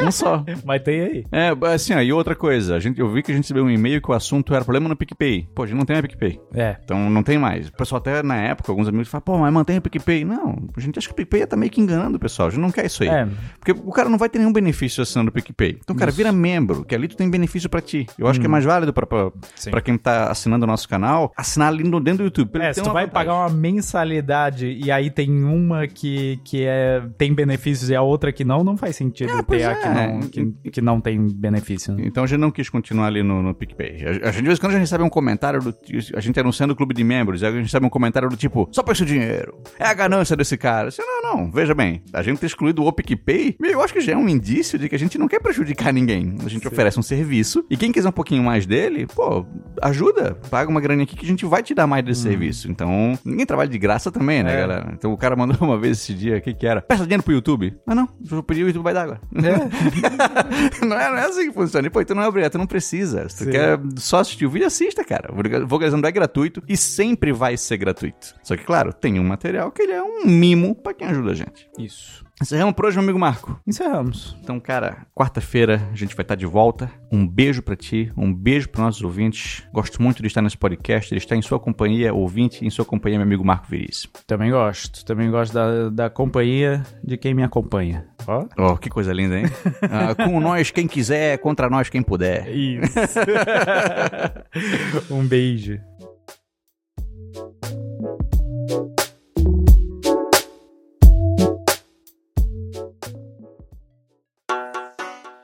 Speaker 1: um só.
Speaker 2: mas tem aí.
Speaker 1: É, assim, ó, e outra coisa, a gente, eu vi que a gente recebeu um e-mail que o assunto era problema no PicPay. Pô, a gente não tem mais PicPay.
Speaker 2: É.
Speaker 1: Então não tem mais. O pessoal até na época, alguns amigos falam, pô, mas mantém o PicPay. Não, a gente acha que o PicPay tá meio que enganando o pessoal. A gente não quer isso aí.
Speaker 2: É.
Speaker 1: Porque o cara não vai ter nenhum benefício assinando o PicPay. Então, cara, vira membro, que ali tu tem benefício pra ti. Eu acho que é mais válido pra, pra,
Speaker 2: Uhum. Sim.
Speaker 1: pra quem tá assinando o nosso canal, assinar ali no, dentro do YouTube. pra ele
Speaker 2: É, se
Speaker 1: ter
Speaker 2: tu vai
Speaker 1: vantagem.
Speaker 2: pagar uma mensalidade e aí tem uma que, que é, tem benefícios e a outra que não, não faz sentido
Speaker 1: É,
Speaker 2: ter
Speaker 1: pois é,
Speaker 2: que,
Speaker 1: É,
Speaker 2: não, que, que não tem benefício. né?
Speaker 1: Então a gente não quis continuar ali no, no PicPay. A, a gente, de vez em quando, a gente recebe um comentário do. A gente anunciando o clube de membros, aí a gente recebe um comentário do tipo, só pra esse dinheiro. É a ganância desse cara. Assim, não, não, veja bem, a gente ter excluído o PicPay, eu acho que já é um indício de que a gente não quer prejudicar ninguém. A gente oferece um serviço e quem quiser um pouquinho mais dele, pô, ajuda, paga uma graninha aqui que a gente vai te dar mais desse serviço. Então, ninguém trabalha de graça também, né,
Speaker 2: É.
Speaker 1: galera? Então o cara mandou uma vez esse dia, o que que era? Peça dinheiro pro YouTube. Ah, não, eu vou pedir o YouTube vai dar agora.
Speaker 2: É.
Speaker 1: É. não, é, não é assim que funciona. E, pô, então não é obrigado, tu não precisa. Se tu
Speaker 2: Sim.
Speaker 1: quer só assistir o vídeo, assista, cara. O Vogalzando é gratuito e sempre vai ser gratuito. Só que, claro, tem um material que ele é um mimo pra quem ajuda a gente.
Speaker 2: Isso.
Speaker 1: Encerramos por hoje, meu amigo Marco.
Speaker 2: Encerramos.
Speaker 1: Então, cara, quarta-feira a gente vai estar de volta. Um beijo pra ti, um beijo para nossos ouvintes. Gosto muito de estar nesse podcast, de estar em sua companhia, ouvinte, em sua companhia, meu amigo Marco Viris.
Speaker 2: Também gosto. Também gosto da, da companhia de quem me acompanha. Ó.
Speaker 1: Oh, que coisa linda, hein? Ah, com nós quem quiser, contra nós quem puder.
Speaker 2: Isso. um beijo.